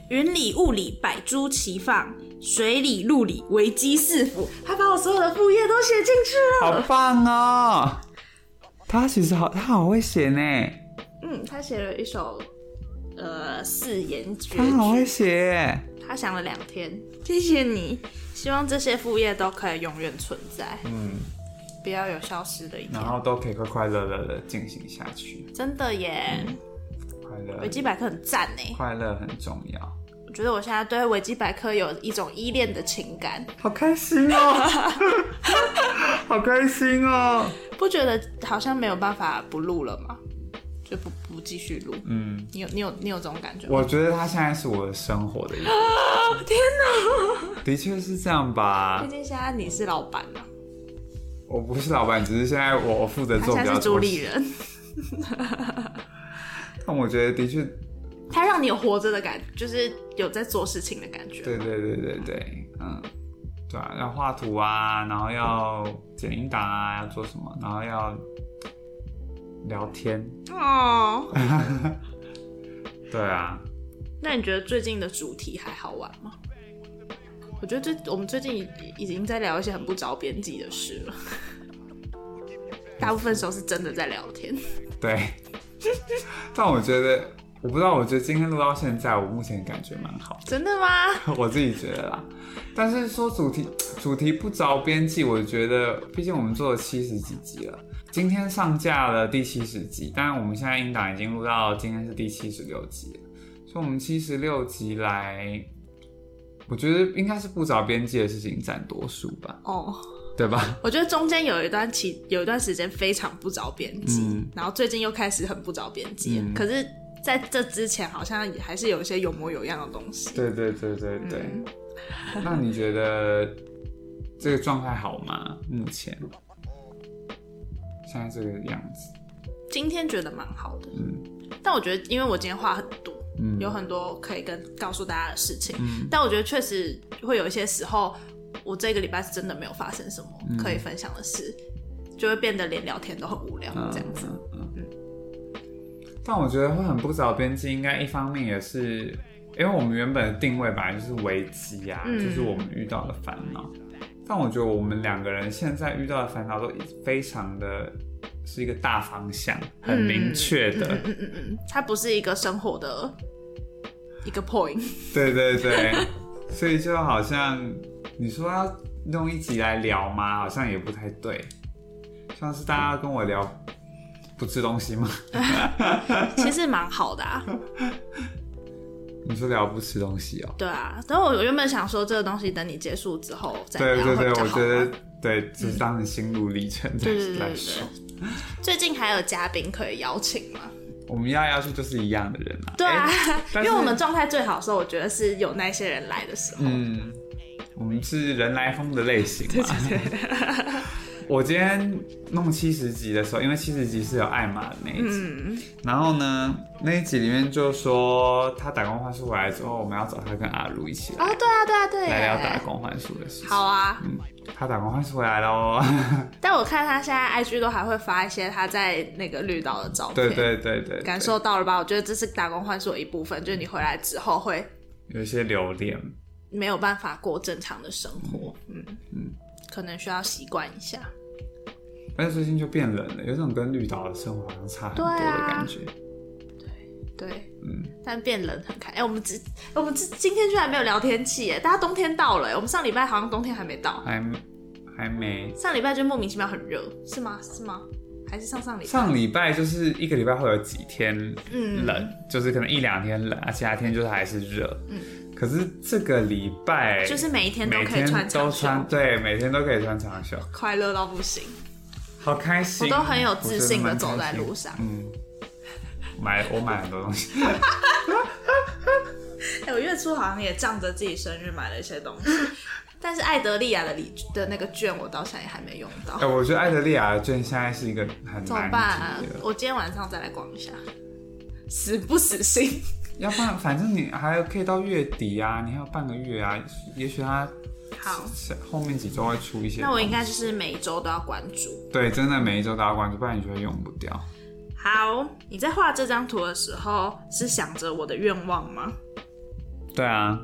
云里雾里百株齐放，水里陆里危机四伏。他把我所有的副业都写进去了。好棒哦！他其实好，他好会写呢。嗯，他写了一首呃，四言绝他好会句。写，他想了两天，谢谢你。希望这些副业都可以永远存在，嗯，不要有消失的一天然。后都可以快快乐乐的进行下去，真的耶，快乐维，基百科很赞呢。快乐很重要，我觉得我现在对维基百科有一种依恋的情感，好开心 [LAUGHS] 哦，好开心哦，不觉得好像没有办法不录了吗？就不不继续录。嗯，你有你有你有这种感觉吗？哦我觉得他现在是我的生活的一部分，天哪，的确是这样吧毕，竟现在你是老板嘛，我不是老板，只是现在我我负责他做现比在较是主多理事，人，但我觉得的确，他让你有活着的感就是有在做事情的感觉。对对对对对，嗯。对啊，要画图啊，然后要剪音档啊，要做什么，然后要聊天，哦，对啊，那你觉得最近的主题还好玩吗？我觉得最我们最近已已经在聊一些很不着边际的事了，大部分时候是真的在聊天。对。 [LAUGHS] 但我觉得，我不知道，我觉得今天录到现在，我目前感觉蛮好，真的吗？ [LAUGHS] 我自己觉得啦。但是说主题主题不着边际，我觉得，毕竟我们做了七十几集了，今天上架了第七十集，但我们现在音档已经录到今天是第七十六集了，所以我们七十六集来，我觉得应该是不着边际的事情占多数吧，哦，对吧？ [LAUGHS] 我觉得中间有一段期有一段时间非常不着边际，嗯然后最近又开始很不着边际了。嗯可是在这之前，好像也还是有一些有模有样的东西。对对对对对。嗯那你觉得这个状态好吗？目前现在这个样子，今天觉得蛮好的，嗯但我觉得因为我今天话很多，嗯，有很多可以跟告诉大家的事情，嗯但我觉得确实会有一些时候，我这个礼拜是真的没有发生什么嗯可以分享的事，就会变得连聊天都很无聊这样子。嗯嗯嗯但我觉得会很不着边际，应该一方面也是因为我们原本的定位本来就是危机啊，嗯就是我们遇到的烦恼。但我觉得我们两个人现在遇到的烦恼都非常的是一个大方向，很明确的。嗯嗯嗯嗯，它不是一个生活的一 [LAUGHS] 个 point。 [LAUGHS] 对对对，所以就好像你说要弄一集来聊吗？好像也不太对。上次大家要跟我聊不吃东西吗？其实蛮好的啊，你说聊不吃东西哦、对啊。然后我原本想说这个东西等你结束之后再对聊对会对，比较我好觉玩得对，就是当成心路历程来对对对对来说。最近还有嘉宾可以邀请吗？我们要要去就是一样的人啊。对啊诶， [LAUGHS] 因但是为我们状态最好的时候，我觉得是有那些人来的时候。嗯，我们是人来疯的类型嘛。 [LAUGHS] 我今天弄七十集的时候，因为七十集是有艾玛的那一集，嗯，然后呢，那一集里面就说他打工换宿回来之后，我们要找他跟阿如一起来、哦，对啊，对啊，对来聊打耶。工换宿的事情。好啊，他打工换宿回来喽，但我看他现在 IG 都还会发一些他在那个绿岛的照片， [LAUGHS] 对对对对，对感受到了吧？我觉得这是打工换宿的一部分，就是你回来之后会有一些留恋。没有办法过正常的生活，嗯可能需要习惯一下。但是最近就变冷了，有种跟绿岛的生活好像差很多的对啊感觉。对，嗯，但变冷很开。哎、我们只我们只今天居然没有聊天气，哎，大家冬天到了耶，我们上礼拜好像冬天还没到，还还没。上礼拜就莫名其妙很热，是吗？是吗？还是上上礼拜？上礼拜就是一个礼拜会有几天嗯冷，就是可能一两天冷，啊，其他天就是还是热。可是这个礼拜嗯就是每一天都每可以天穿都长袖，穿，对，每天都可以穿长袖。快乐到不行。好开心，啊我都很有自信地我真的蛮走在开心路上嗯，买我买很多东西，哎、我月初好像也仗着自己生日买了一些东西， [LAUGHS] 但是艾德利亚的礼的那个券我到现在也还没用到， [LAUGHS] 哎，我觉得艾德利亚的券现在是一个很怎么难办、啊题？的，我今天晚上再来逛一下，死不死心？要不然反正你还可以到月底啊，你还有半个月啊，也许他好，后面几周会出一些。那我应该就是每一周都要关注。对，真的每一周都要关注，不然你觉得用不掉。好，你在画这张图的时候是想着我的愿望吗？对 [LAUGHS] 啊，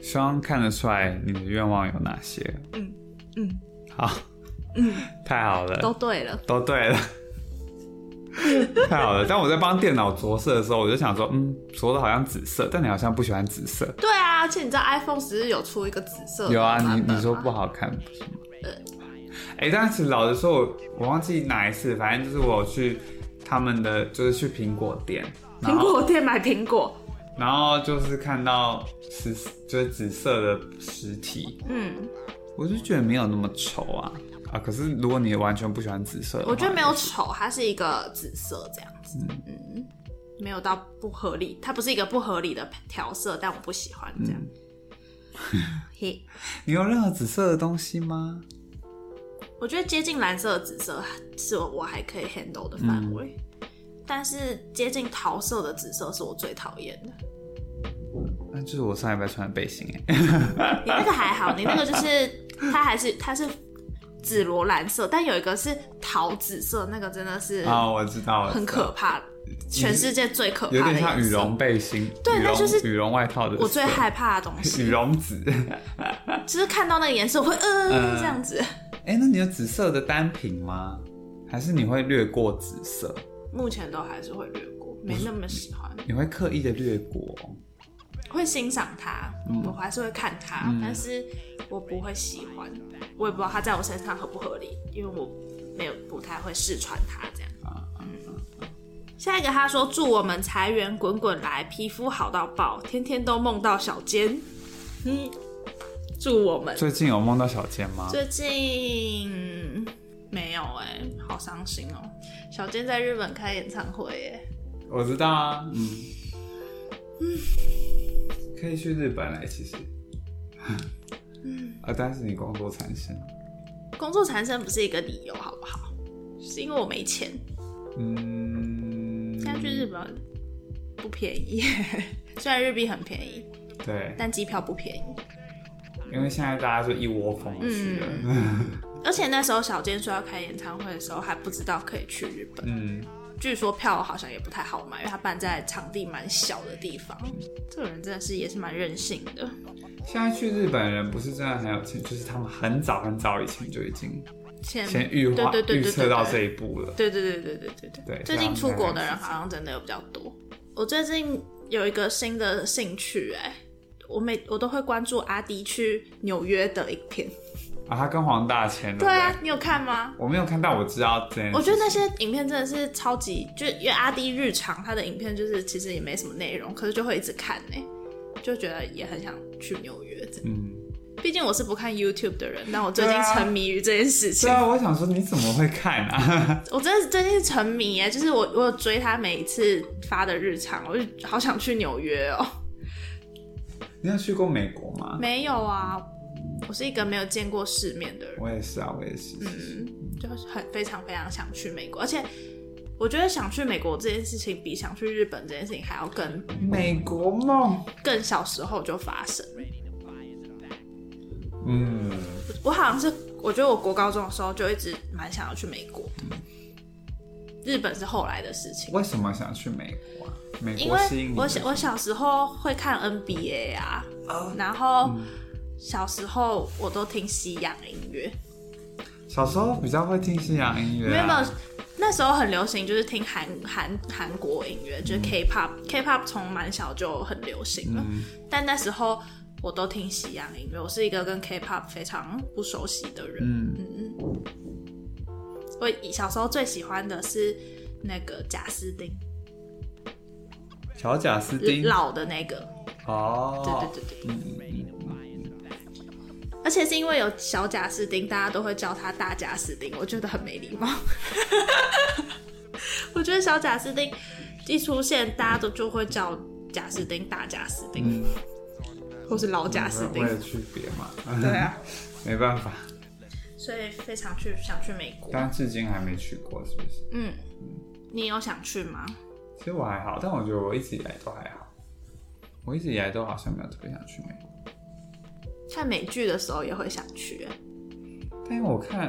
希望看得出来你的愿望有哪些。嗯嗯，好，嗯，太好了，都对了，都对 [LAUGHS] 了，太好了。但我在帮电脑着色的时候，我就想说，嗯，着的好像紫色，但你好像不喜欢紫色。对啊，而且你知道 iPhone 十有出一个紫色的有啊，版你本你说吗呃不好看不是吗？哎、但是老实说，我我忘记哪一次，反正就是我去他们的，就是去苹果店，然苹后果店买苹果，然后就是看到是就是紫色的实体，嗯，我就觉得没有那么丑啊啊！可是如果你完全不喜欢紫色的话，我觉得没有丑，它是一个紫色这样子，嗯，没有到不合理，它不是一个不合理的调色，但我不喜欢这样。嗯 [LAUGHS] 嘿，你有任何紫色的东西吗？我觉得接近蓝色的紫色是我还可以 handle 的嗯范围，但是接近桃色的紫色是我最讨厌的。那就是我上礼拜穿的背心哎、你那个还好，你那个就是它还是它是紫罗兰色，但有一个是桃紫色，那个真的是啊，我知道了，呃很可怕，全世界最可怕的有点像颜羽色绒背心，对羽那绒就是羽绒外套的色，我最害怕的东西，羽绒紫。就是看到那个颜色我会嗯、嗯这样子。哎、那你有紫色的单品吗？还是你会略过紫色？目前都还是会略过，没那么喜欢，你会刻意的略过？会欣赏它，我还是会看它，但是我不会喜欢，我也不知道它在我身上合不合理，因为我没有不太会试穿它这样。嗯下一个他说祝我们财源滚滚来，皮肤好到爆，天天都梦到小尖。嗯，祝我们最近有梦到小尖吗？最近没有哎、好伤心哦、小健在日本开演唱会耶、我知道啊，嗯，可以去日本嘞，其实，嗯 [LAUGHS] 啊，但是你工作缠身，工作缠身不是一个理由，好不好？是因为我没钱，嗯，现在去日本不便宜， [LAUGHS] 虽然日币很便宜，对，但机票不便宜。因为现在大家就一窝蜂地去了，嗯而且那时候小健说要开演唱会的时候还不知道可以去日本， [LAUGHS] 嗯，据说票好像也不太好买，因为他办在场地蛮小的地方。这个人真的是也是蛮任性的。现在去日本的人不是真的很有钱，就是他们很早很早以前就已经先先预对化嗯对对预对对测到对这一步了，对对对对对对对最近出国的人好像真的有比较多。我最近有一个新的兴趣、哎，我每我都会关注阿迪去纽约的影片。啊，他跟黄大千，对不啊，你有看吗？我没有看到，我知道这件事情。我觉得那些影片真的是超级，就因为阿迪日常他的影片就是其实也没什么内容，可是就会一直看哎、就觉得也很想去纽约。这样嗯，毕竟我是不看 YouTube 的人，但我最近对啊沉迷于这件事情对。啊，我想说你怎么会看啊？ [LAUGHS] 我真的是最近沉迷耶，就是我我有追他每一次发的日常，我就好想去纽约哦。你有去过美国吗？没有啊，我是一个没有见过世面的人，我也是啊，我也是。嗯，就是很非常非常想去美国，而且我觉得想去美国这件事情比想去日本这件事情还要更美国梦，更小时候就发生。嗯，我好像是我觉得我国高中的时候就一直蛮想要去美国的，日本是后来的事情。为什么想去美国啊？美因国为吸引你我小我小时候会看 NBA 啊，然后小时候我都听西洋音乐，小时候比较会听西洋音没乐、有没啊有，，那时候很流行就是听韩韩韩国音乐，嗯就是 K-pop、K-pop 从蛮小就很流行了，嗯但那时候我都听西洋音乐，我是一个跟 K-pop 非常不熟悉的人。嗯嗯，我以小时候最喜欢的是那个贾斯汀，小贾斯汀，老的那个，哦，对对对对。而且是因为有小贾斯汀，大家都会叫他大 [LAUGHS] 贾斯汀，我觉得很没礼貌。我觉得小贾斯汀一出现，大家都就会叫贾斯汀大贾斯汀，嗯，或是老贾斯汀为。了区别嘛，对啊， [LAUGHS] 没办法，所以非常去想去美国。但至今还没去过，是不是？嗯，你有想去吗？其实我还好，但我觉得我一直以来都还好，我一直以来都好像没有特别想去美国。看美剧的时候也会想去、但因为我看，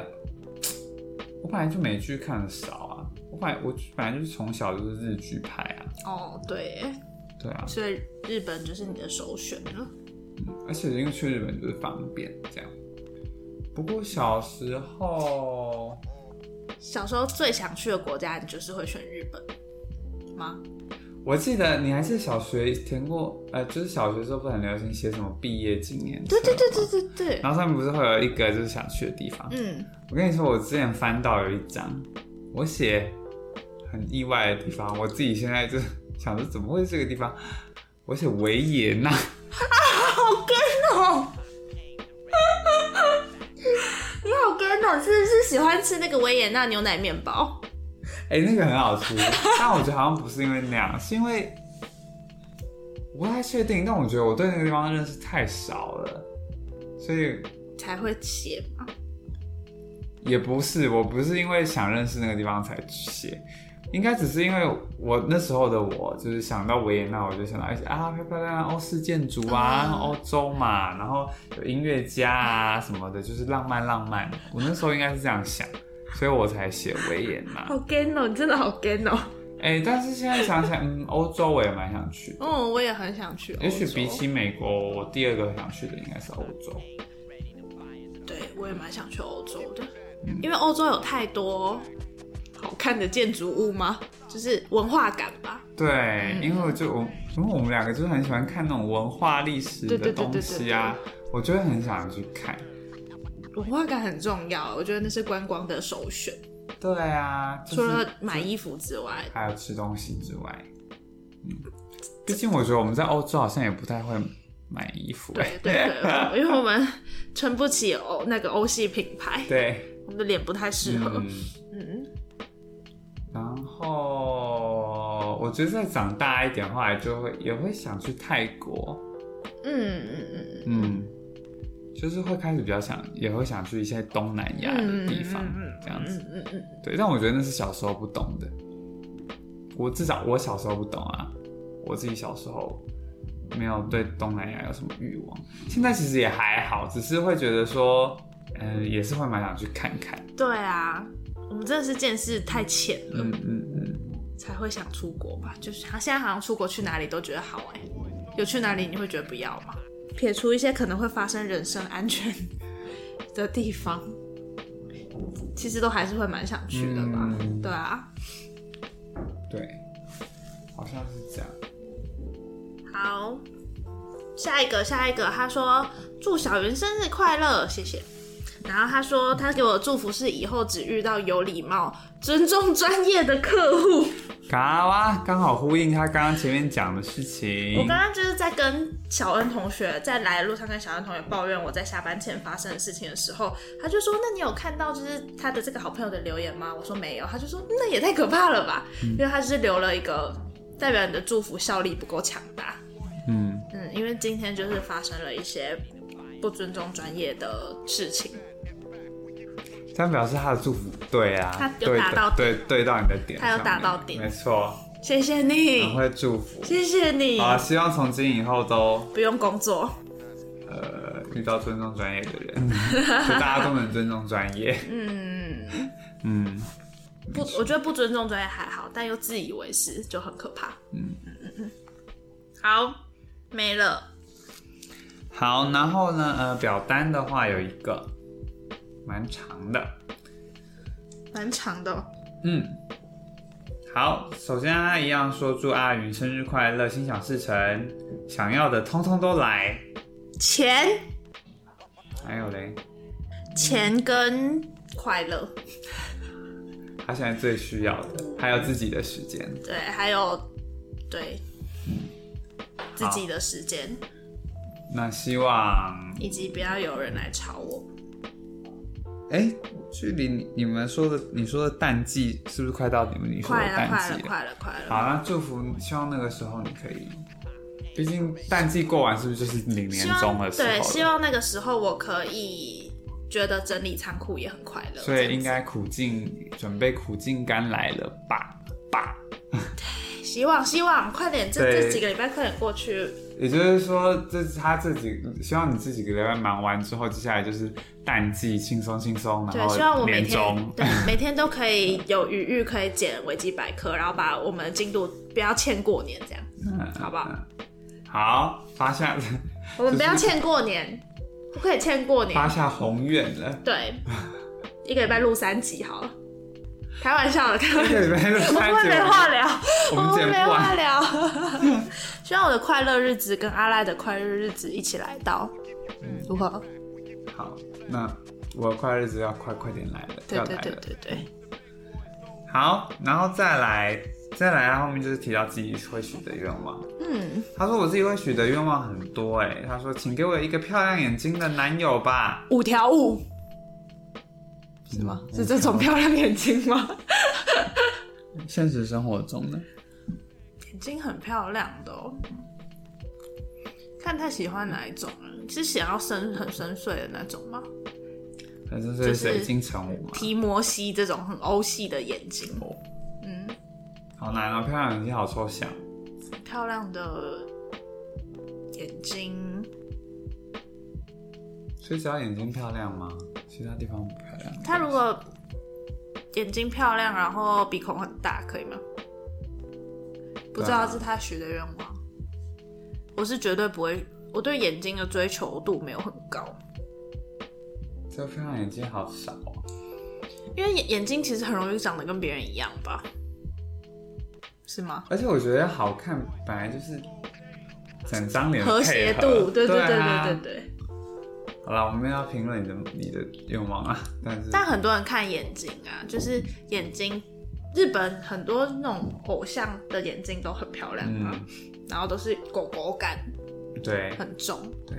我本来就美剧看的少啊，我本来我本来就是从小就是日剧派啊，哦，对耶，对啊，所以日本就是你的首选了。而且因为去日本就是方便这样。不过小时候，小时候最想去的国家，你就是会选日本吗？我记得你还是小学填过，呃，就是小学的时候不是很流行写什么毕业纪念册对吗对对对对对，然后上面不是会有一个就是想去的地方？嗯，我跟你说，我之前翻到有一张，我写很意外的地方，我自己现在就想着怎么会是这个地方？我写维也纳， [LAUGHS] 哦， [LAUGHS] 你好干哦，是不是喜欢吃那个维也纳牛奶面包？哎、那个很好吃， [LAUGHS] 但我觉得好像不是因为那样，是因为我不太确定，但我觉得我对那个地方认识太少了，所以才会写吗？也不是，我不是因为想认识那个地方才写，应该只是因为我那时候的我，就是想到维也纳，我就想到一些啊漂漂亮亮欧式建筑啊，嗯欧、洲嘛，然后有音乐家啊什么的，就是浪漫浪漫。我那时候应该是这样想，所以我才写维也纳。好 gay 哦，你真的好 gay 哦。哎、但是现在想想，嗯，欧洲我也蛮想去的。嗯，我也很想去。也许比，起美国，我第二个想去的应该是欧洲。对我也蛮想去欧洲的，因为欧洲有太多好看的建筑物吗？就是文化感吧。对，嗯因为我就我，因为我们两个就是很喜欢看那种文化历史对的对对东西啊，我就会很想去看。文化感很重要，我觉得那是观光的首选。对啊，就是、除了买衣服之外，还有吃东西之外，嗯，毕竟我觉得我们在欧洲好像也不太会买衣服、对对对，因为我们撑不起欧那个欧系品牌， [LAUGHS] 对，我们的脸不太适合嗯。。嗯，然后我觉得再长大一点，后来就会也会想去泰国，嗯嗯嗯，就是会开始比较想，也会想去一些东南亚的地方，这样子。嗯嗯，对，但我觉得那是小时候不懂的。我至少我小时候不懂啊，我自己小时候没有对东南亚有什么欲望。现在其实也还好，只是会觉得说，呃，也是会蛮想去看看。对啊，我们真的是见识太浅了，嗯嗯嗯，才会想出国吧。就是他现在好像出国去哪里都觉得好哎、有去哪里你会觉得不要吗？撇除一些可能会发生人身安全的地方，其实都还是会蛮想去的吧。嗯对啊。对，好像是这样。好，下一个，下一个，他说祝小云生日快乐，谢谢。然后他说他给我的祝福是以后只遇到有礼貌、尊重专业的客户。卡哇，刚好呼应他刚刚前面讲的事我情。刚刚就是在跟小恩同学在来的路上跟小恩同学抱怨我在下班前发生的事情的时候，他就说：“那你有看到就是他的这个好朋友的留言吗？”我说：“没有。”他就说：“那也太可怕了吧！”嗯因为他就是留了一个代表你的祝福效力不够强大。嗯，嗯，因为今天就是发生了一些不尊重专业的事情，这样表示他的祝福对啊，他有对打的到对对到你的点上面，他有打到点没错，谢谢你，很会祝福。谢谢你，好啊，希望从今以后都不用工作，呃遇到尊重专业的人， [LAUGHS] 就大家都能尊重专业。嗯，嗯不，我觉得不尊重专业还好，但又自以为是就很可怕，嗯，好，没了，好，然后呢，呃，表单的话有一个蛮长的，蛮长的哦，嗯。好，首先阿一样说祝阿云生日快乐，心想事成，想要的通通都来。钱还有嘞，钱跟快乐，他现在最需要的还有自己的时间。对，还有对。自己的时间，那希望以及不要有人来吵我。哎，距离你你们说的你说的淡季是不是快到你们你说的快了，快淡了，季快了，快了。啊好，那祝福，希望那个时候你可以，毕竟淡季过完是不是就是零年希中的望时候了对，希望那个时候我可以觉得整理仓库也很快乐。所这样以子应该苦尽准备苦尽甘来了吧吧。希望希望快点，这对这几个礼拜快点过去。也就是说，这他自己希望你这几个礼拜忙完之后，接下来就是淡季轻松轻松，对然，希望后我每年天终 [LAUGHS] 对每天都可以有余裕可以剪维基百科，然后把我们的进度不要欠过年这样，嗯好不好？好发下我们不要欠过年，不可以欠过年发。下宏愿了。对，一个礼拜录三集好了，开玩笑的，开玩这笑的。个礼拜的 [LAUGHS] 我 [LAUGHS] 三们节没目话聊，我我们们剪没不话完。聊。 [LAUGHS] 希望我的快乐日子跟阿赖的快乐日子一起来到，嗯，如何？好，那我的快日子要快快点来了，对要对来对了对对，好，然后再来，再来，后面就是提到自己会许的愿望。嗯，他说我自己会许的愿望很多哎、他说请给我一个漂亮眼睛的男友吧。五条悟。是吗哦是这种漂亮眼睛吗？现实生活中呢？眼睛很漂亮的哦，看他喜欢哪一种了。是想要深很深邃的那种吗？反正就是是水晶城武嘛。提摩西这种很欧系的眼睛，嗯，好难哦，漂亮眼睛好抽象。漂亮的眼睛，所以只要眼睛漂亮吗？其他地方不漂亮。他如果眼睛漂亮，然后鼻孔很大，可以吗？不知道是他许的愿望，我是绝对不会。我对眼睛的追求度没有很高，这漂亮眼睛好少、哦。因为眼眼睛其实很容易长得跟别人一样吧？是吗？而且我觉得好看本来就是整张脸的和嗯配谐合度，对对对对对啊对对。好了，我们要评论你的你的愿望啊，但是但很多人看眼睛啊，就是眼睛，日本很多那种偶像的眼睛都很漂亮啊，嗯，然后都是狗狗感对很重，对，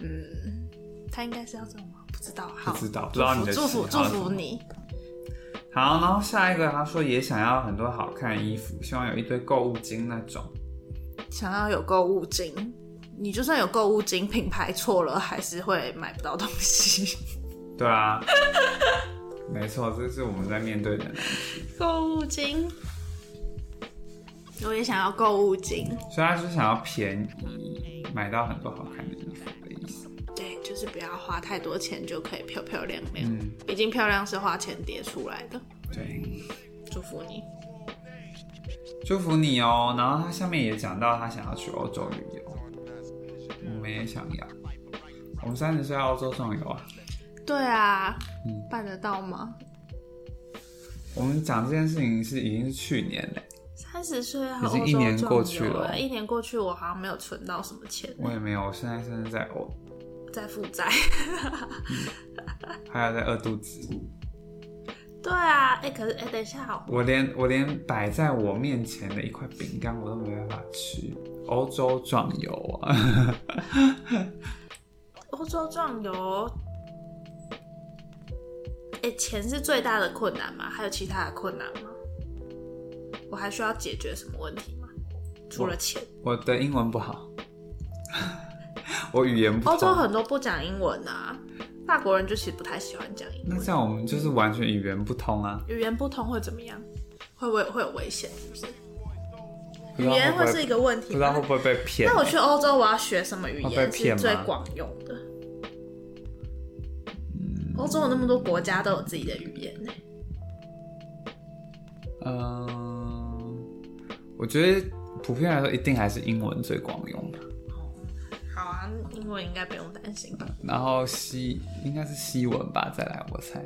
嗯，他应该是要这种吗？不知道，好，不知道不知祝道你福的祝福喜祝好福你，好，然后下一个他说也想要很多好看的衣服，希望有一堆购物金那种。想要有购物金。你就算有购物金，品牌错了还是会买不到东西。对啊， [LAUGHS] 没错，这是我们在面对的难题。购物金，我也想要购物金。所以他是想要便宜买到很多好看的衣服的意思。对，就是不要花太多钱就可以漂漂亮亮。嗯，毕竟漂亮是花钱叠出来的。对，祝福你。祝福你哦。然后他下面也讲到他想要去欧洲旅游，我们也想要。我们三十岁要欧洲壮游啊！对啊，嗯办得到吗？我们讲这件事情是已经是去年嘞，三十岁啊已经欧洲一年壮过去游了啊一年过去，我好像没有存到什么钱，我也没有，我现在甚至在欧，在负债。 [LAUGHS] 还有在饿肚子。对啊，哎、可是哎、等一下哦，我连我连摆在我面前的一块饼干我都没办法吃。欧洲壮游啊， [LAUGHS] 欧洲壮游，哎、钱是最大的困难吗？还有其他的困难吗？我还需要解决什么问题吗？除了钱，我的英文不好， [LAUGHS] 我语言不通。欧洲很多不讲英文啊，法国人就其实不太喜欢讲英那文这，样我们就是完全语言不通啊，语言不通会怎么样？会不会会有危险？是不是？语语言会是一个问题不知道吗会？不会被骗。那我去欧洲，我要学什么语会言被骗是吗最广用的？欧洲有那么多国家都有自己的语言呢、嗯、我觉得普遍来说，一定还是英文最广用吧。好啊，英文应该不用担心吧？然后西应该是西文吧，再来我猜。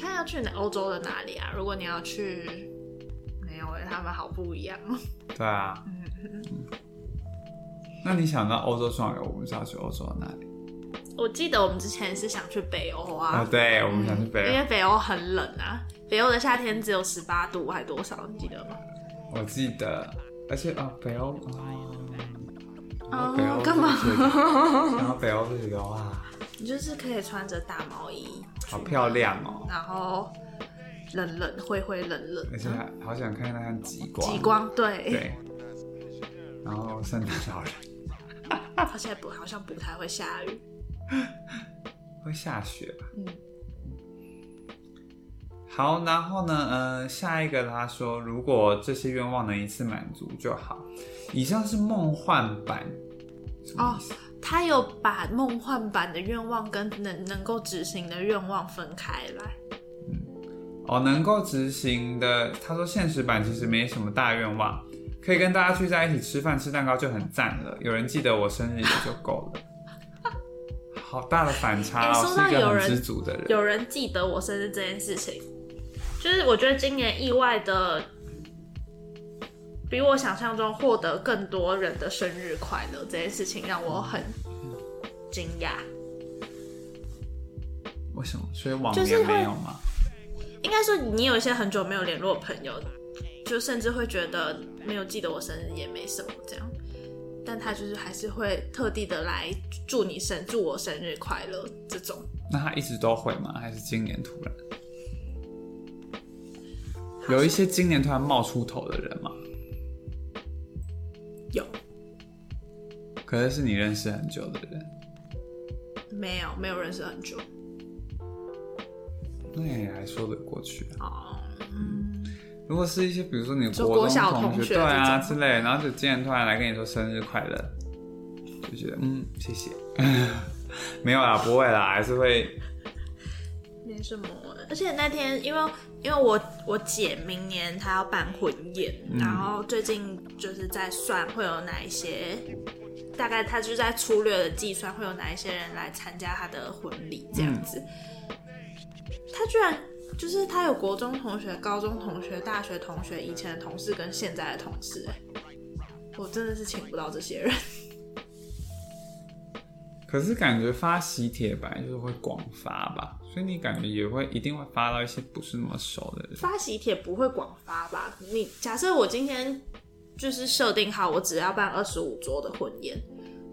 看要去哪欧洲的哪里啊？如果你要去，没有、欸，他们好不一样哦。对啊。嗯那你想到欧洲壮游，我们是要去欧洲的哪里？ [LAUGHS] 我记得我们之前是想去北欧啊，哎啊，对，我们想去因北为北欧很冷啊，北欧的夏天只有十八度还多少，你记得吗？欧，我记得，而且啊，北欧，哦哦北欧干嘛 [LAUGHS] 这个？然后北欧这里的哇，你就是可以穿着大毛衣，好漂亮哦，然后冷冷灰灰冷冷而且还好想看看极光，嗯极光，对，对，然后圣诞老人 [LAUGHS] 而且不好像不太会下雨，会下雪吧？嗯，好，然后呢，呃，下一个他说，如果这些愿望能一次满足就好。以上是梦幻版，什么意哦思他有把梦幻版的愿望跟能能够执行的愿望分开来，哦，能够执行的，他说现实版其实没什么大愿望，可以跟大家聚在一起吃饭吃蛋糕就很赞了，有人记得我生日也就够了。好大的反差哎哦，说是到一个有很人知足的人。有人记得我生日这件事情，就是我觉得今年意外的比我想象中获得更多人的生日快乐这件事情让我很惊讶。为什么？所以往就是年会没有吗？应该说你有一些很久没有联络的朋友，就甚至会觉得没有记得我生日也没什么这样，但他就是还是会特地的来祝你生祝我生日快乐这种。那他一直都会吗？还是今年突然？有一些今年突然冒出头的人吗？有可是是你认识很久的人，没有没有认识很久那也还说得过去啊。哦，嗯，如果是一些比如说你的就国国中小同同学学对啊这之类，然后就今年突然来跟你说生日快乐，就觉得嗯谢谢， [LAUGHS] 没有啦，不会啦，还是会没什么。而且那天因为因为我我姐明年她要办婚宴，然后最近就是在算会有哪一些。大概她就是在粗略的计算会有哪一些人来参加她的婚礼这样子，他居然就是他有国中同学、高中同学、大学同学、以前的同事跟现在的同事、哎，我真的是请不到这些人。可是感觉发喜帖本来就是会广发吧，所以你感觉也会一定会发到一些不是那么熟的人。发喜帖不会广发吧？你假设我今天就是设定好，我只要办二十五桌的婚宴，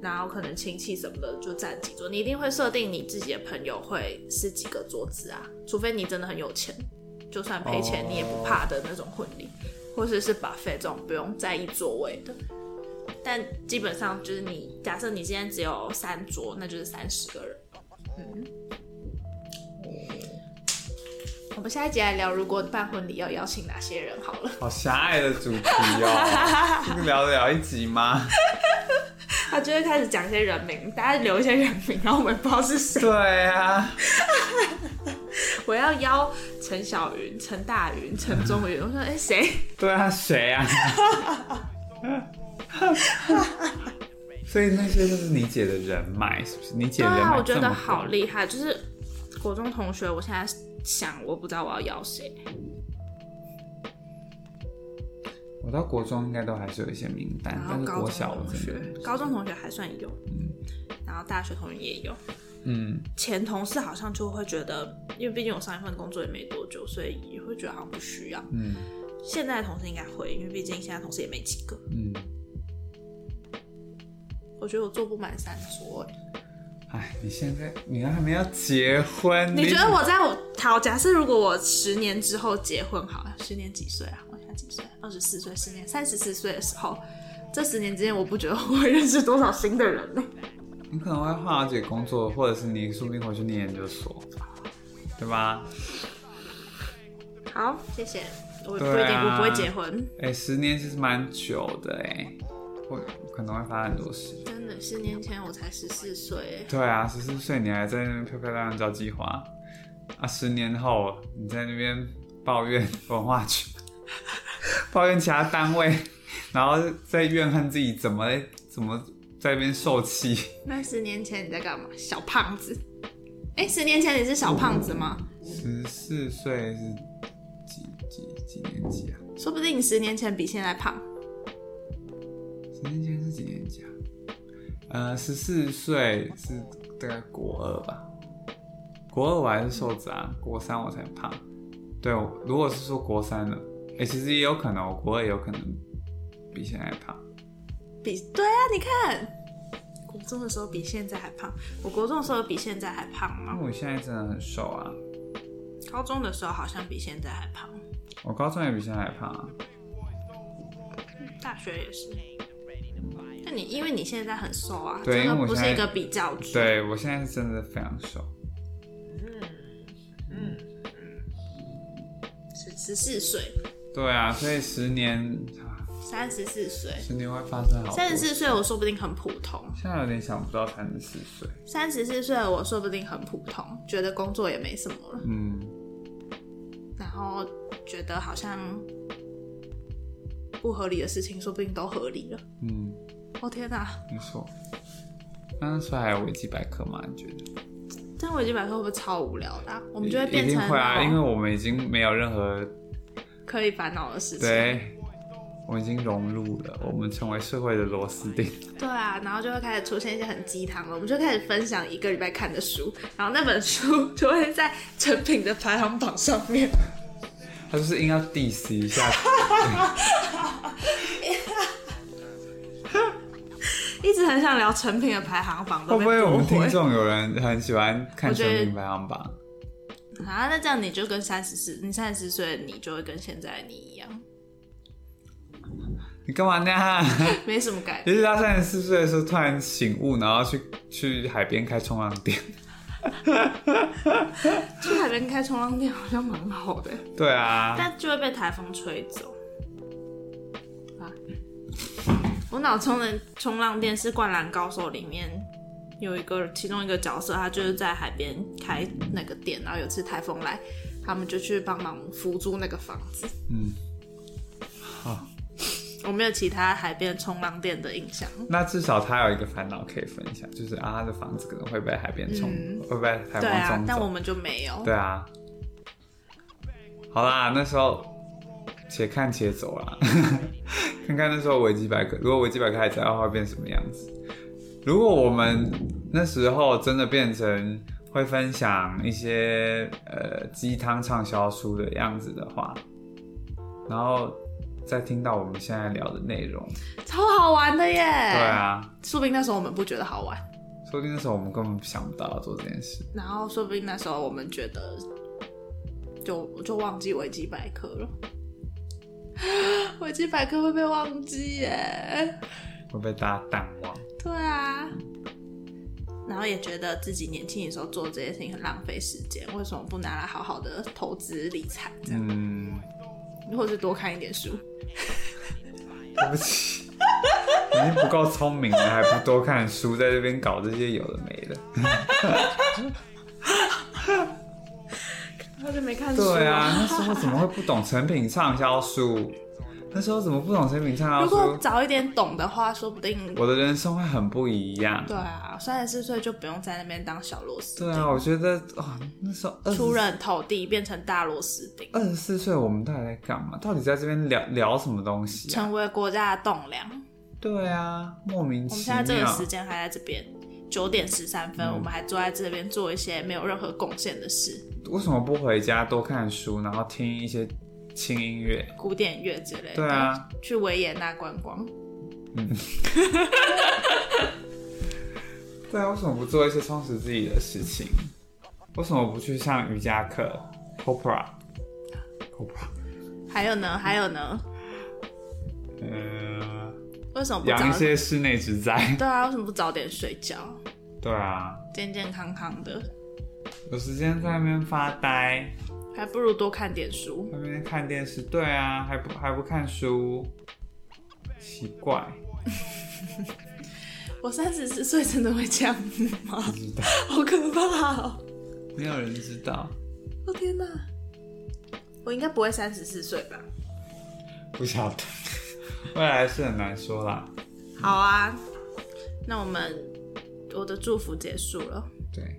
然后可能亲戚什么的就占几桌，你一定会设定你自己的朋友会是几个桌子啊？除非你真的很有钱，就算赔钱哦你也不怕的那种婚礼，或者是 buffet 这种不用在意座位的。但基本上就是你假设你今天只有三桌，那就是三十个人。嗯我们下一集来聊，如果办婚礼要邀请哪些人好了。 [LAUGHS] 好狭隘的主题哦，这个聊得了一集吗？他就会开始讲一些人名，大家留一些人名，然后我们不知道是谁。对啊，我要邀陈小云、陈大云、陈中 [LAUGHS] 云。我说，哎、谁？对啊，谁啊？所以那些就是你姐的人脉，是不是？你姐对人脉这么啊，广我觉得好厉害。就是国中同学，我现在想，我不知道我要邀谁。我到国中应该都还是有一些名单然，嗯但后是高国中小我同真学的，高中同学还算有，然后大学同学也有。嗯，前同事好像就会觉得，因为毕竟我上一份工作也没多久，所以也会觉得好像不需要。嗯现在的同事应该会，因为毕竟现在同事也没几个。嗯，我觉得我做不满三桌、哎哎，你现在你还没要结婚，你觉得我在我好？假设如果我十年之后结婚，好了，十年几岁啊？我现在几岁？二十四岁，十年三十四岁的时候，这十年之间，我不觉得我会认识多少新的人呢、你可能会换好几个工作，或者是你说不定回去念研究所，对吧？ [LAUGHS] 好，谢谢。我不一对定，啊我不会结婚，哎、十年其实蛮久的哎、会可能会发生很多事。真的。十年前我才十四岁，对啊，十四岁你还在那边漂漂亮亮交际花，啊，十年后你在那边抱怨文化局， [LAUGHS] 抱怨其他单位，然后再怨恨自己怎么怎么在那边受气。那十年前你在干嘛？小胖子。哎、十年前你是小胖子吗？十四岁是几几几年级啊？说不定你十年前比现在胖。十年前是几年级啊？呃，十四岁是大概国二吧，国二我还是瘦子啊，国三我才胖。对，我如果是说国三的，哎、其实也有可能，我国二也有可能比现在胖。比对啊，你看，国中的时候比现在还胖，我国中的时候比现在还胖那吗？啊我现在真的很瘦啊，高中的时候好像比现在还胖，我高中也比现在还胖啊。大学也是。但你因为你现在很瘦啊，对这因个为我不现是在一个比较值。对我现在是真的非常瘦，十十四岁，对啊，所以十年，啊三十四岁，十年会发生好多三十四岁我说不定很普通，现在有点想不到三十四岁，三十四岁我说不定很普通，觉得工作也没什么了，嗯，然后觉得好像不合理的事情说不定都合理了。嗯，哦天哪、没错。那时候还有维基百科吗？你觉得？这样维基百科会不会超无聊的啊、我们就会一变定成会啊，那因种为我们已经没有任何可以烦恼的事情。对，我们已经融入了，我们成为社会的螺丝钉。 [LAUGHS] 对啊，然后就会开始出现一些很鸡汤了，我们就开始分享一个礼拜看的书，然后那本书就会在成品的排行榜上面。他就是硬要 diss 一下，一直很想聊成品的排行榜，会 [LAUGHS] 都不被会我们驳听回。众有人很喜欢看我觉全得民排行榜？啊，那这样你就跟三十四，你三十四岁，你就会跟现在的你一样，你干嘛呢？没什么改变。 [LAUGHS] 也许他三十四岁的时候突然醒悟，然后去去海边开冲浪店。 [LAUGHS] 去海边开冲浪店好像蛮好的，对啊，但就会被台风吹走。啊，我脑中的冲浪店是《灌篮高手》里面有一个其中一个角色，他就是在海边开那个店，然后有次台风来，他们就去帮忙扶住那个房子。嗯，我没有其他海边冲浪店的印象。那至少他有一个烦恼可以分享，就是啊，他的房子可能会被海边冲，嗯会被台对风啊冲，但我走。们就没有。对啊，好啦，那时候且看且走啦， [LAUGHS] 看看那时候维基百科，如果维基百科还在的话，会变什么样子？如果我们那时候真的变成会分享一些呃鸡汤畅销书的样子的话，然后再听到我们现在聊的内容，超好玩的耶！对对，啊，说不定那时候我们不觉得好玩，说不定那时候我们根本想不到要做这件事。然后说不定那时候我们觉得就就忘记维基百科了。 [GASPS] 维基百科会被忘记耶？会被大家淡忘。对啊，然后也觉得自己年轻的时候做这些事情很浪费时间，为什么不拿来好好的投资理财这样，嗯，或是多看一点书？ [LAUGHS] 对不起，已经不够聪明了，还不多看书，在这边搞这些有的没 [LAUGHS] 的。好久没看书对啊，了。那时候怎么会不懂成品畅销书？那时候怎么不懂成品畅销如果书？早一点懂的话，说不定我的人生会很不一样。对啊，三十四岁就不用在那边当小螺丝钉对啊，我觉得哦，那时候二出十人头地，变成大螺丝钉，二十四岁，我们到底在干嘛？到底在这边聊聊什么东西、啊？成为国家的栋梁。对啊，莫名我其妙。们现在这个时间还在这边，九点十三嗯分，我们还坐在这边做一些没有任何贡献的事，为什么不回家多看书，然后听一些轻音乐？古典乐之类的。对啊，去维也纳观光，对啊，为什么不做一些充实自己的事情？为什么不去上瑜伽课？Cobra，Cobra，还有呢，还有呢，呃，为什么不养一早？些室内植栽。 [LAUGHS] 对啊，为什么不早点睡觉，对啊，健健康康的，有时间在那边发呆，还不如多看点书。在那边看电视。对啊，还不还不看书，奇怪，我三十四岁真的会这样子吗？ [LAUGHS] 不知道，好可怕哦！没有人知道。我、天哪，我应该不会三十四岁吧？不晓得， [LAUGHS] 未来是很难说啦。好啊，那我们我的祝福结束了。对，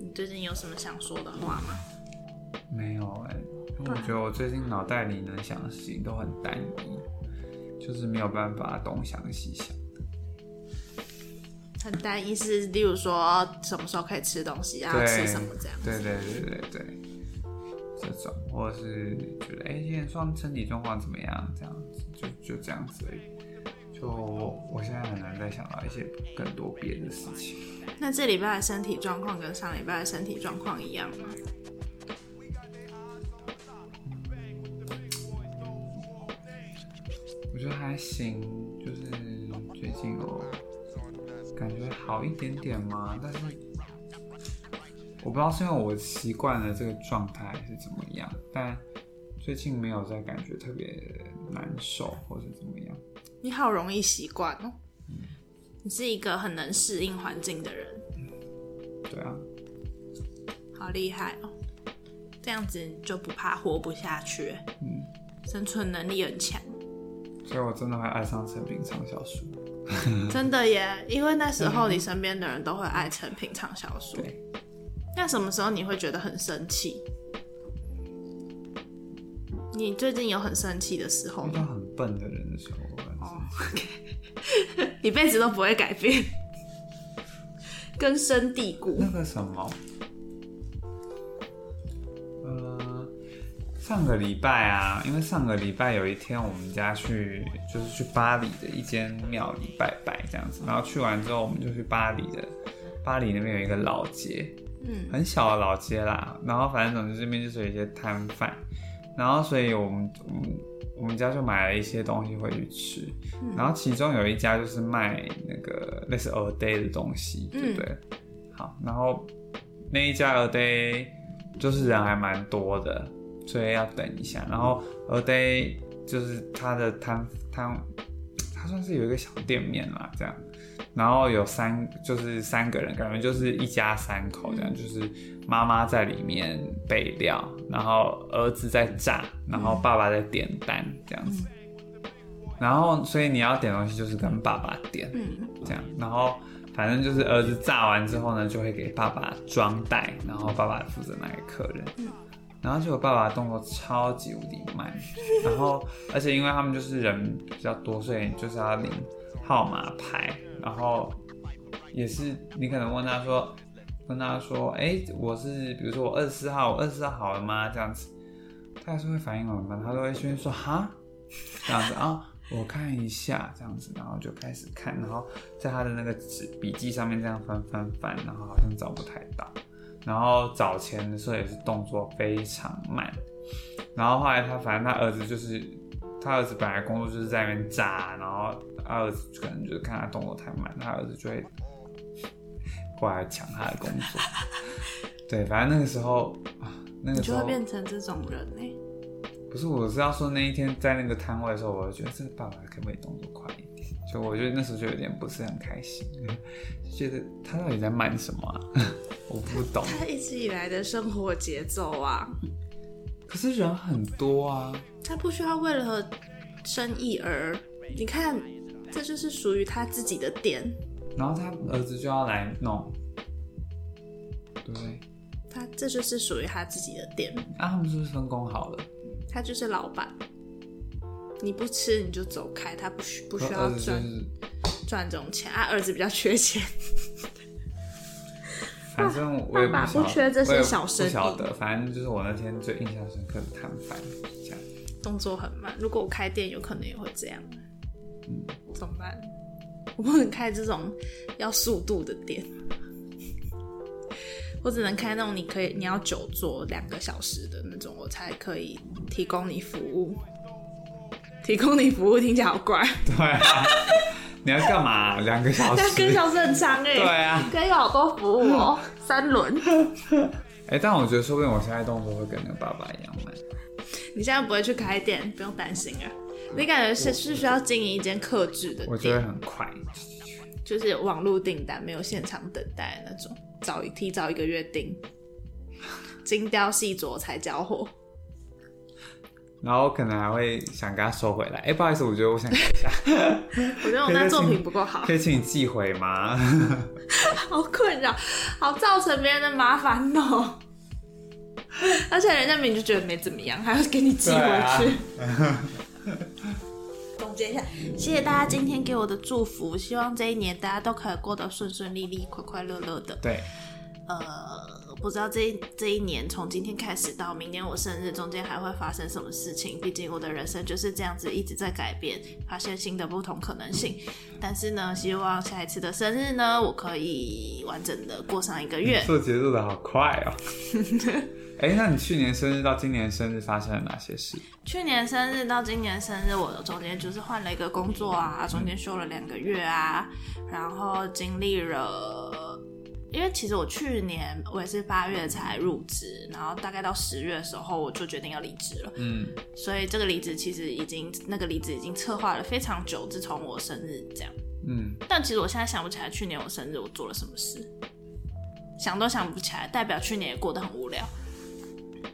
你最近有什么想说的话吗？没有哎、因为啊我觉得我最近脑袋里能想的事情都很单一，就是没有办法东想西想。很单一是，例如说什么时候可以吃东西啊，对，吃什么这样。对对对对对，这种或者是觉得哎，今天双身体状况怎么样？这样子就就这样子而已，就我我现在很难再想到一些更多别的事情。那这礼拜的身体状况跟上礼拜的身体状况一样吗？我觉得还行，就是最近有感觉好一点点嘛，但是我不知道是因为我习惯了这个状态还是怎么样，但最近没有再感觉特别难受或者怎么样。你好容易习惯哦，你是一个很能适应环境的人，对啊，好厉害哦！这样子你就不怕活不下去，嗯，生存能力很强，所以我真的会爱上成品畅销书。真的耶！因为那时候你身边的人都会爱成品畅销书。对，那什么时候你会觉得很生气？你最近有很生气的时候遇到吗？很笨的人的时候，我很哦一辈子都不会改变， [LAUGHS] 根深蒂固那。个什么，呃，上个礼拜啊，因为上个礼拜有一天我们家去，就是去巴黎的一间庙里拜拜这样子，然后去完之后我们就去巴黎的，巴黎那边有一个老街，嗯，很小的老街啦，然后反正总之这边就是有一些摊贩，然后所以我们我们我们家就买了一些东西回去吃，然后其中有一家就是卖那个类似 a day 的东西，对不对？好，然后那一家 a day 就是人还蛮多的，所以要等一下。然后 a day 就是它的摊摊，它算是有一个小店面啦，这样。然后有三，就是三个人，感觉就是一家三口这样，就是妈妈在里面备料，然后儿子在炸，然后爸爸在点单这样子。然后，所以你要点东西就是跟爸爸点，嗯这样。然后，反正就是儿子炸完之后呢，就会给爸爸装袋，然后爸爸负责拿给客人。然后结果爸爸动作超级无敌慢，然后而且因为他们就是人比较多，所以就是要领号码牌，然后也是你可能问他说，跟他说，哎，我是比如说我二十四号，我二十四号好了吗？这样子，他还是会反应很慢，他都会先说哈，这样子啊。我看一下，这样子，然后就开始看，然后在他的那个纸笔记上面这样翻翻翻，然后好像找不太到，然后找钱的时候也是动作非常慢，然后后来他反正他儿子就是他儿子本来工作就是在那边炸，然后他儿子可能就是看他动作太慢，他儿子就会过来抢他的工作。 [LAUGHS] 对，反正那个时候啊，那你个时就候会变成这种人呢、不是，我是要说那一天在那个摊位的时候，我就觉得这个爸爸可不可以动作快一点？就我觉得那时候就有点不是很开心，就觉得他到底在慢什么、啊？我不懂。他一直以来的生活节奏啊，可是人很多啊，他不需要为了生意而，你看，这就是属于他自己的店，然后他儿子就要来弄，对不对？他这就是属于他自己的店，啊，他们是不是分工好了？他就是老板。你不吃你就走开，他不需不不需要儿呃子就赚是，赚这种钱，他儿子比较缺钱。 [LAUGHS] 反正我也不爸爸晓不缺这些我也小生意不晓得，反正就是我那天最印象深刻的摊贩这样。动作很慢。如果我开店，有可能也会这样。嗯怎么办？我不能开这种要速度的店， [LAUGHS] 我只能开那种你可以你要久坐两个小时的那种，我才可以提供你服务。提供你服务听起来 [LAUGHS] 好怪，对啊，你要干嘛、两个小但跟时？小时很长哎、对啊。可以有好多服务哦，三轮。哎、但我觉得说不定我现在动作会跟那个爸爸一样慢。你现在不会去开店，不用担心啊。你感觉是是需要经营一间克制的我觉店得，很快，就是网络订单，没有现场等待的那种，早一提早一个月订，精雕细琢才交货。然后可能还会想给他收回来。哎、不好意思，我觉得我想改一下，我觉得我那作品不够好可，以请你寄回吗？ [LAUGHS] 好困扰，好造成别人的麻烦 [LAUGHS] 哦。而且人家明明就觉得没怎么样，还要给你寄回去。对啊 [LAUGHS] 总结一下，谢谢大家今天给我的祝福，希望这一年大家都可以过得顺顺利利、快快乐乐的。对，呃，不知道这一这一年从今天开始到明年我生日中间还会发生什么事情。毕竟我的人生就是这样子一直在改变，发现新的不同可能性。但是呢，希望下一次的生日呢，我可以完整的过上一个 [LAUGHS] 月。做节奏的好快哦。 [LAUGHS] 哎，那你去年生日到今年生日发生了哪些事？去年生日到今年生日，我中间就是换了一个工作啊，中间休了两个月啊，然后经历了，因为其实我去年我也是八月才入职，然后大概到十月的时候我就决定要离职了，嗯，所以这个离职其实已经那个离职已经策划了非常久，自从我生日这样。嗯，但其实我现在想不起来去年我生日我做了什么事，想都想不起来，代表去年也过得很无聊。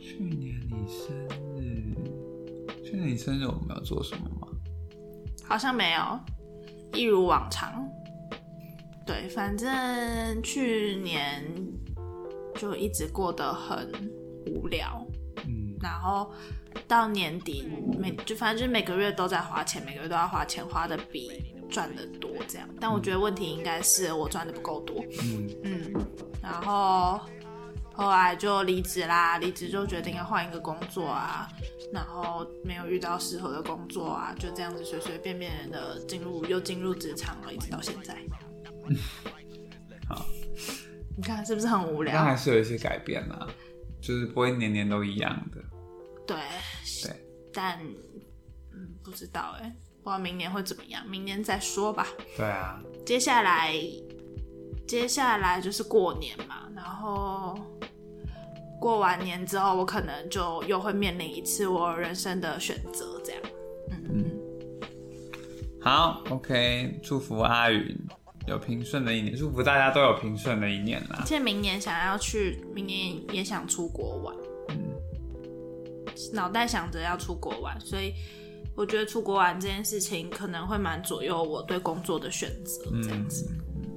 去年你生日，去年你生日我们有做什么吗？好像没有，一如往常。对，反正去年就一直过得很无聊，嗯，然后到年底每就反正就是每个月都在花钱，每个月都要花钱，花的比赚的多这样。但我觉得问题应该是我赚的不够多， [LAUGHS] 嗯嗯，然后后来就离职啦，离职就决定要换一个工作啊，然后没有遇到适合的工作啊，就这样子随随便便的进入又进入职场了，一直到现在。好，你看是不是很无但聊还？是有一些改变啦，就是不会年年都一样的。对，对但嗯，不知道哎、不知道明年会怎么样，明年再说吧。对啊，接下来，接下来就是过年嘛，然后过完年之后，我可能就又会面临一次我人生的选择，这样。好，OK，祝福阿云有平顺的一年，祝福大家都有平顺的一年啦而。且明年想要去，明年也想出国玩，脑袋想着要出国玩，所以我觉得出国玩这件事情可能会蛮左右我对工作的选择，这样子。嗯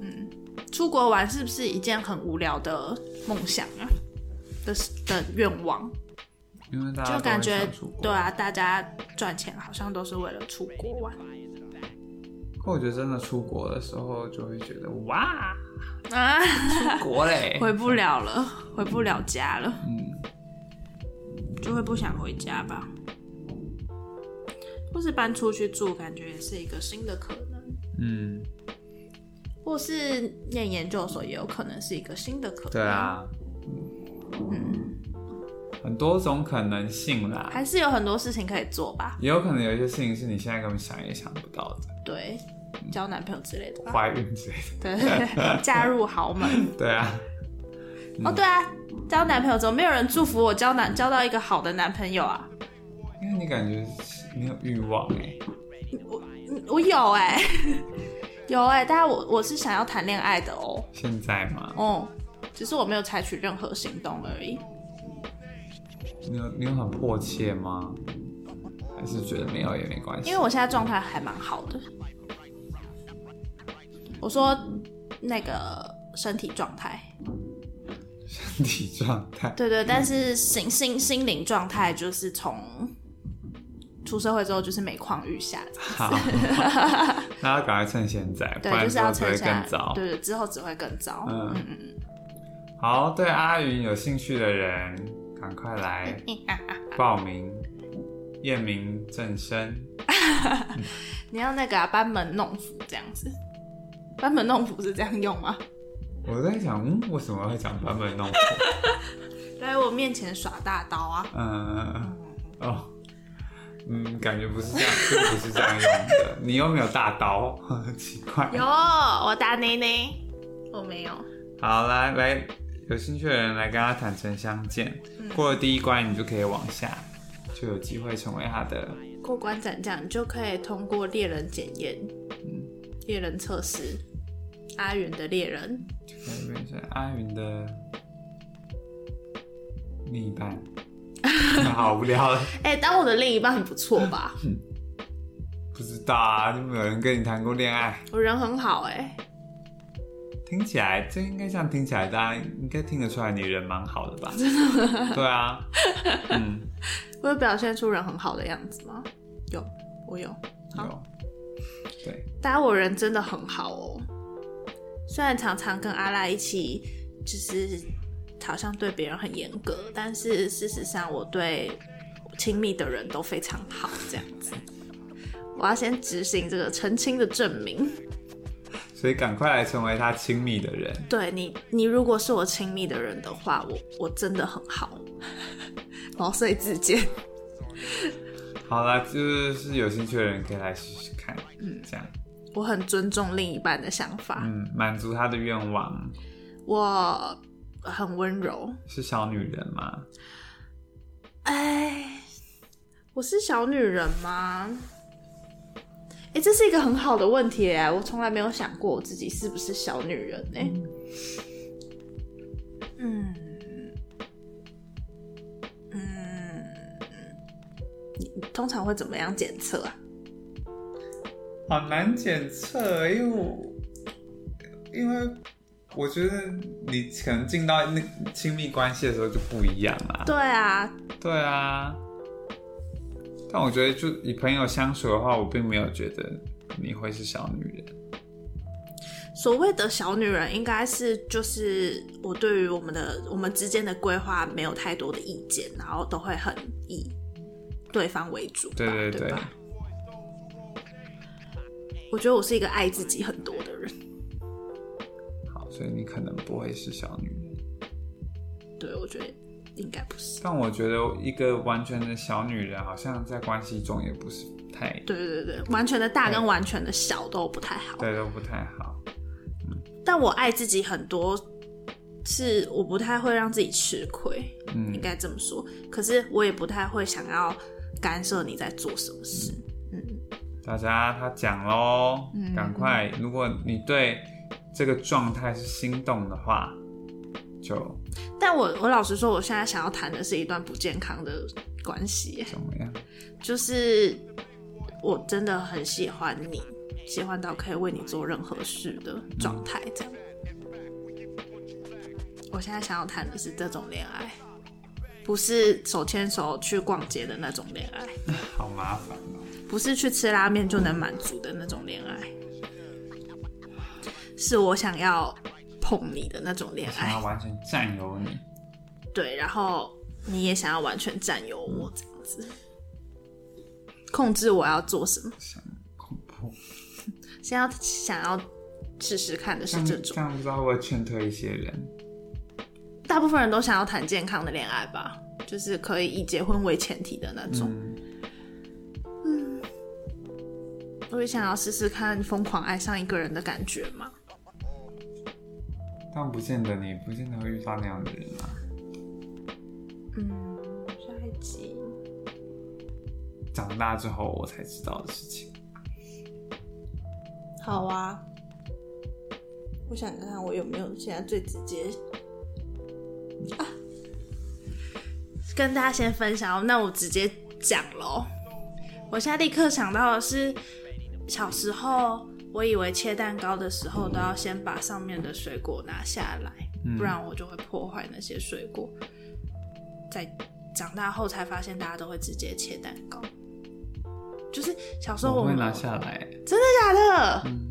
嗯，出国玩是不是一件很无聊的梦想啊？的的愿望？因为大家就都感很觉想出国对啊，，大家赚钱好像都是为了出国玩。可我觉得真的出国的时候，就会觉得哇，啊，，出国嘞 [LAUGHS] 回不了了，回不了家了，嗯，就会不想回家吧。或是搬出去住，感觉也是一个新的可能；嗯，或是念研究所，也有可能是一个新的可能。对，啊，嗯很多种可能性啦，还是有很多事情可以做吧。也有可能有一些事情是你现在根本想也想不到的，对，交男朋友之类的吧。怀孕之类的。对， [LAUGHS] 嫁入豪门。对啊，哦，对啊，交男朋友怎么没有人祝福我交男交到一个好的男朋友啊？因为你感觉你有欲望哎、我有哎、 [LAUGHS] 有哎、但是我我是想要谈恋爱的哦，现在嘛，哦、只是我没有采取任何行动而已。你有你有很迫切吗？还是觉得没有也没关系？因为我现在状态还蛮好的。我说那个身体状态，身体状态，对对，但是心心心灵状态就是从出社会之后就是每况愈下，好， [LAUGHS] [LAUGHS] 那要赶快趁现在，不对，然就之是要后只趁会现更在糟，。对对，之后只会更糟。嗯嗯嗯好，对阿云有兴趣的人，赶快来报名，验明正身。你要那个、啊、班门弄斧这样子，班门弄斧是这样用吗？我在想，嗯，为什么会讲版本弄错？来我面前耍大刀啊！嗯，哦，嗯，感觉不是这样，这个不是这样用的。你又没有大刀， [LAUGHS] 奇怪。有，我打你呢，我哦没有。好，来来，有兴趣的人来跟他坦诚相见。过了第一关，你就可以往下，就有机会成为他的。过关斩将，你就可以通过猎人检验，猎人测试，阿元的猎人，就可以变成阿云的另一半。好无聊了，哎、当我的另一半很不错 [LAUGHS] 吧？不知道啊，就没有人跟你谈过恋爱。我人很好哎、听起来，这应该这样听起来，大家应该听得出来你人蛮好的吧？ [LAUGHS] 真的吗？对啊，嗯，我有表现出人很好的样子吗？有，我有。有，对，但我人真的很好哦，虽然常常跟阿拉一起就是好像对别人很严格，但是事实上我对亲密的人都非常好，这样子。我要先执行这个澄清的证明。所以赶快来成为他亲密的人。对你，你如果是我亲密的人的话，我我真的很好， [LAUGHS] 毛遂自荐。好啦，就是有兴趣的人可以来试试看，嗯，这样，我很尊重另一半的想法，嗯，满足他的愿望。我很温柔。是小女人吗？哎，我是小女人吗？哎、这是一个很好的问题哎，我从来没有想过我自己是不是小女人哎。嗯嗯，你你通常会怎么样检测啊？好难检测，因为我因为我觉得你可能进到那亲密关系的时候就不一样啦。对啊，对啊，但我觉得就以朋友相处的话，我并没有觉得你会是小女人。所谓的小女人应该是就是我对于我们的我们之间的规划没有太多的意见，然后都会很以对方为主吧，对对啊对对吧？我觉得我是一个爱自己很多的人，好，所以你可能不会是小女人。对我觉得应该不是。但我觉得一个完全的小女人，好像在关系中也不是太对对对对，完全的大跟对完全的小都不太好。对，都不太好。但我爱自己很多，是我不太会让自己吃亏，嗯应，该这么说。可是我也不太会想要干涉你在做什么事。大家他讲喽嗯，赶快！如果你对这个状态是心动的话，就但我我老实说，我现在想要谈的是一段不健康的关系，怎么样？就是我真的很喜欢你，喜欢到可以为你做任何事的状态，这样。我现在想要谈的是这种恋爱，不是手牵手去逛街的那种恋爱，好麻烦哦。不是去吃拉面就能满足的那种恋爱，是我想要碰你的那种恋想爱要。完全占有你， [LAUGHS] 对，然后你也想要完全占有我这样子，控制我要做什么。想恐怖。现在要想要试试看的这是样这这种，样不知道会不会劝退一些人？大部分人都想要谈健康的恋爱吧，就是可以以结婚为前提的那种。嗯，我也想要试试看疯狂爱上一个人的感觉嘛。但不见得你不见得会遇到那样的人啊。嗯，下一集长大之后我才知道的事情。好啊。我想看看我有没有现在最直接啊，跟大家先分享哦。那我直接讲喽。我现在立刻想到的是，小时候我以为切蛋糕的时候都要先把上面的水果拿下来，嗯不然我就会破坏那些水果。在长大后才发现，大家都会直接切蛋糕。就是小时候我我会们拿下来。假的，嗯，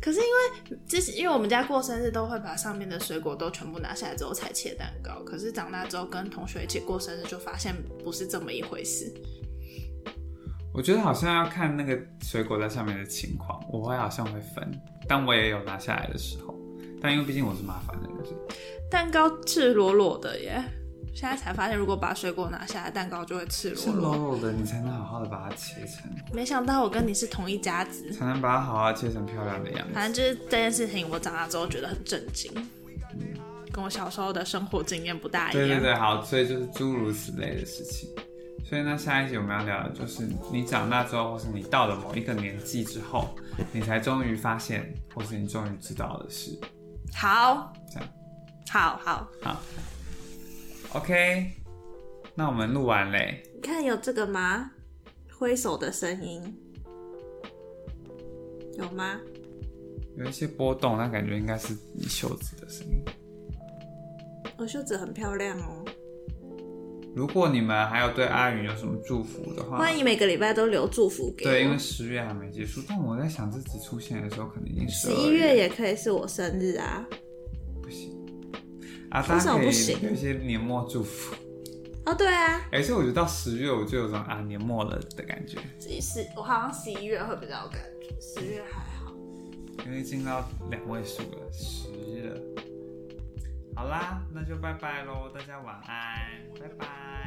可是因为之前，因为我们家过生日都会把上面的水果都全部拿下来之后才切蛋糕。可是长大之后跟同学一起过生日，就发现不是这么一回事。我觉得好像要看那个水果在上面的情况，我会好像会分，但我也有拿下来的时候。但因为毕竟我是麻烦的人，所以蛋糕赤裸裸的耶！现在才发现，如果把水果拿下来，蛋糕就会 [LAUGHS] 赤是裸柔裸。柔的，你才能好好的把它切成，没想到我跟你是同一家子，才能把它好好地切成漂亮的样子。反正就是这件事情，我长大之后觉得很震惊，跟我小时候的生活经验不大一对样。对对，好，所以就是诸如此类的事情。所以呢，下一集我们要聊的就是你长大之后，或是你到了某一个年纪之后，你才终于发现，或是你终于知道的事。好，这样好，好， ，OK，那我们录完嘞，你看有这个吗？挥手的声音有吗？有一些波动，那感觉应该是你袖子的声音。我哦袖子很漂亮哦。如果你们还有对阿云有什么祝福的话，欢迎每个礼拜都留祝福给我。对，因为十月还没结束，但我在想这集出现的时候，可能已经十12一月月也可以是我生日啊。不行。啊，大为什家么可以不行有一些年末祝福。哦，对啊，而且我觉得到十月，我就有种啊年末了的感觉，十我好像十一月会比较有感觉，十月还好。因为进到两位数了，十了。好啦，那就拜拜喽，大家晚安，拜拜。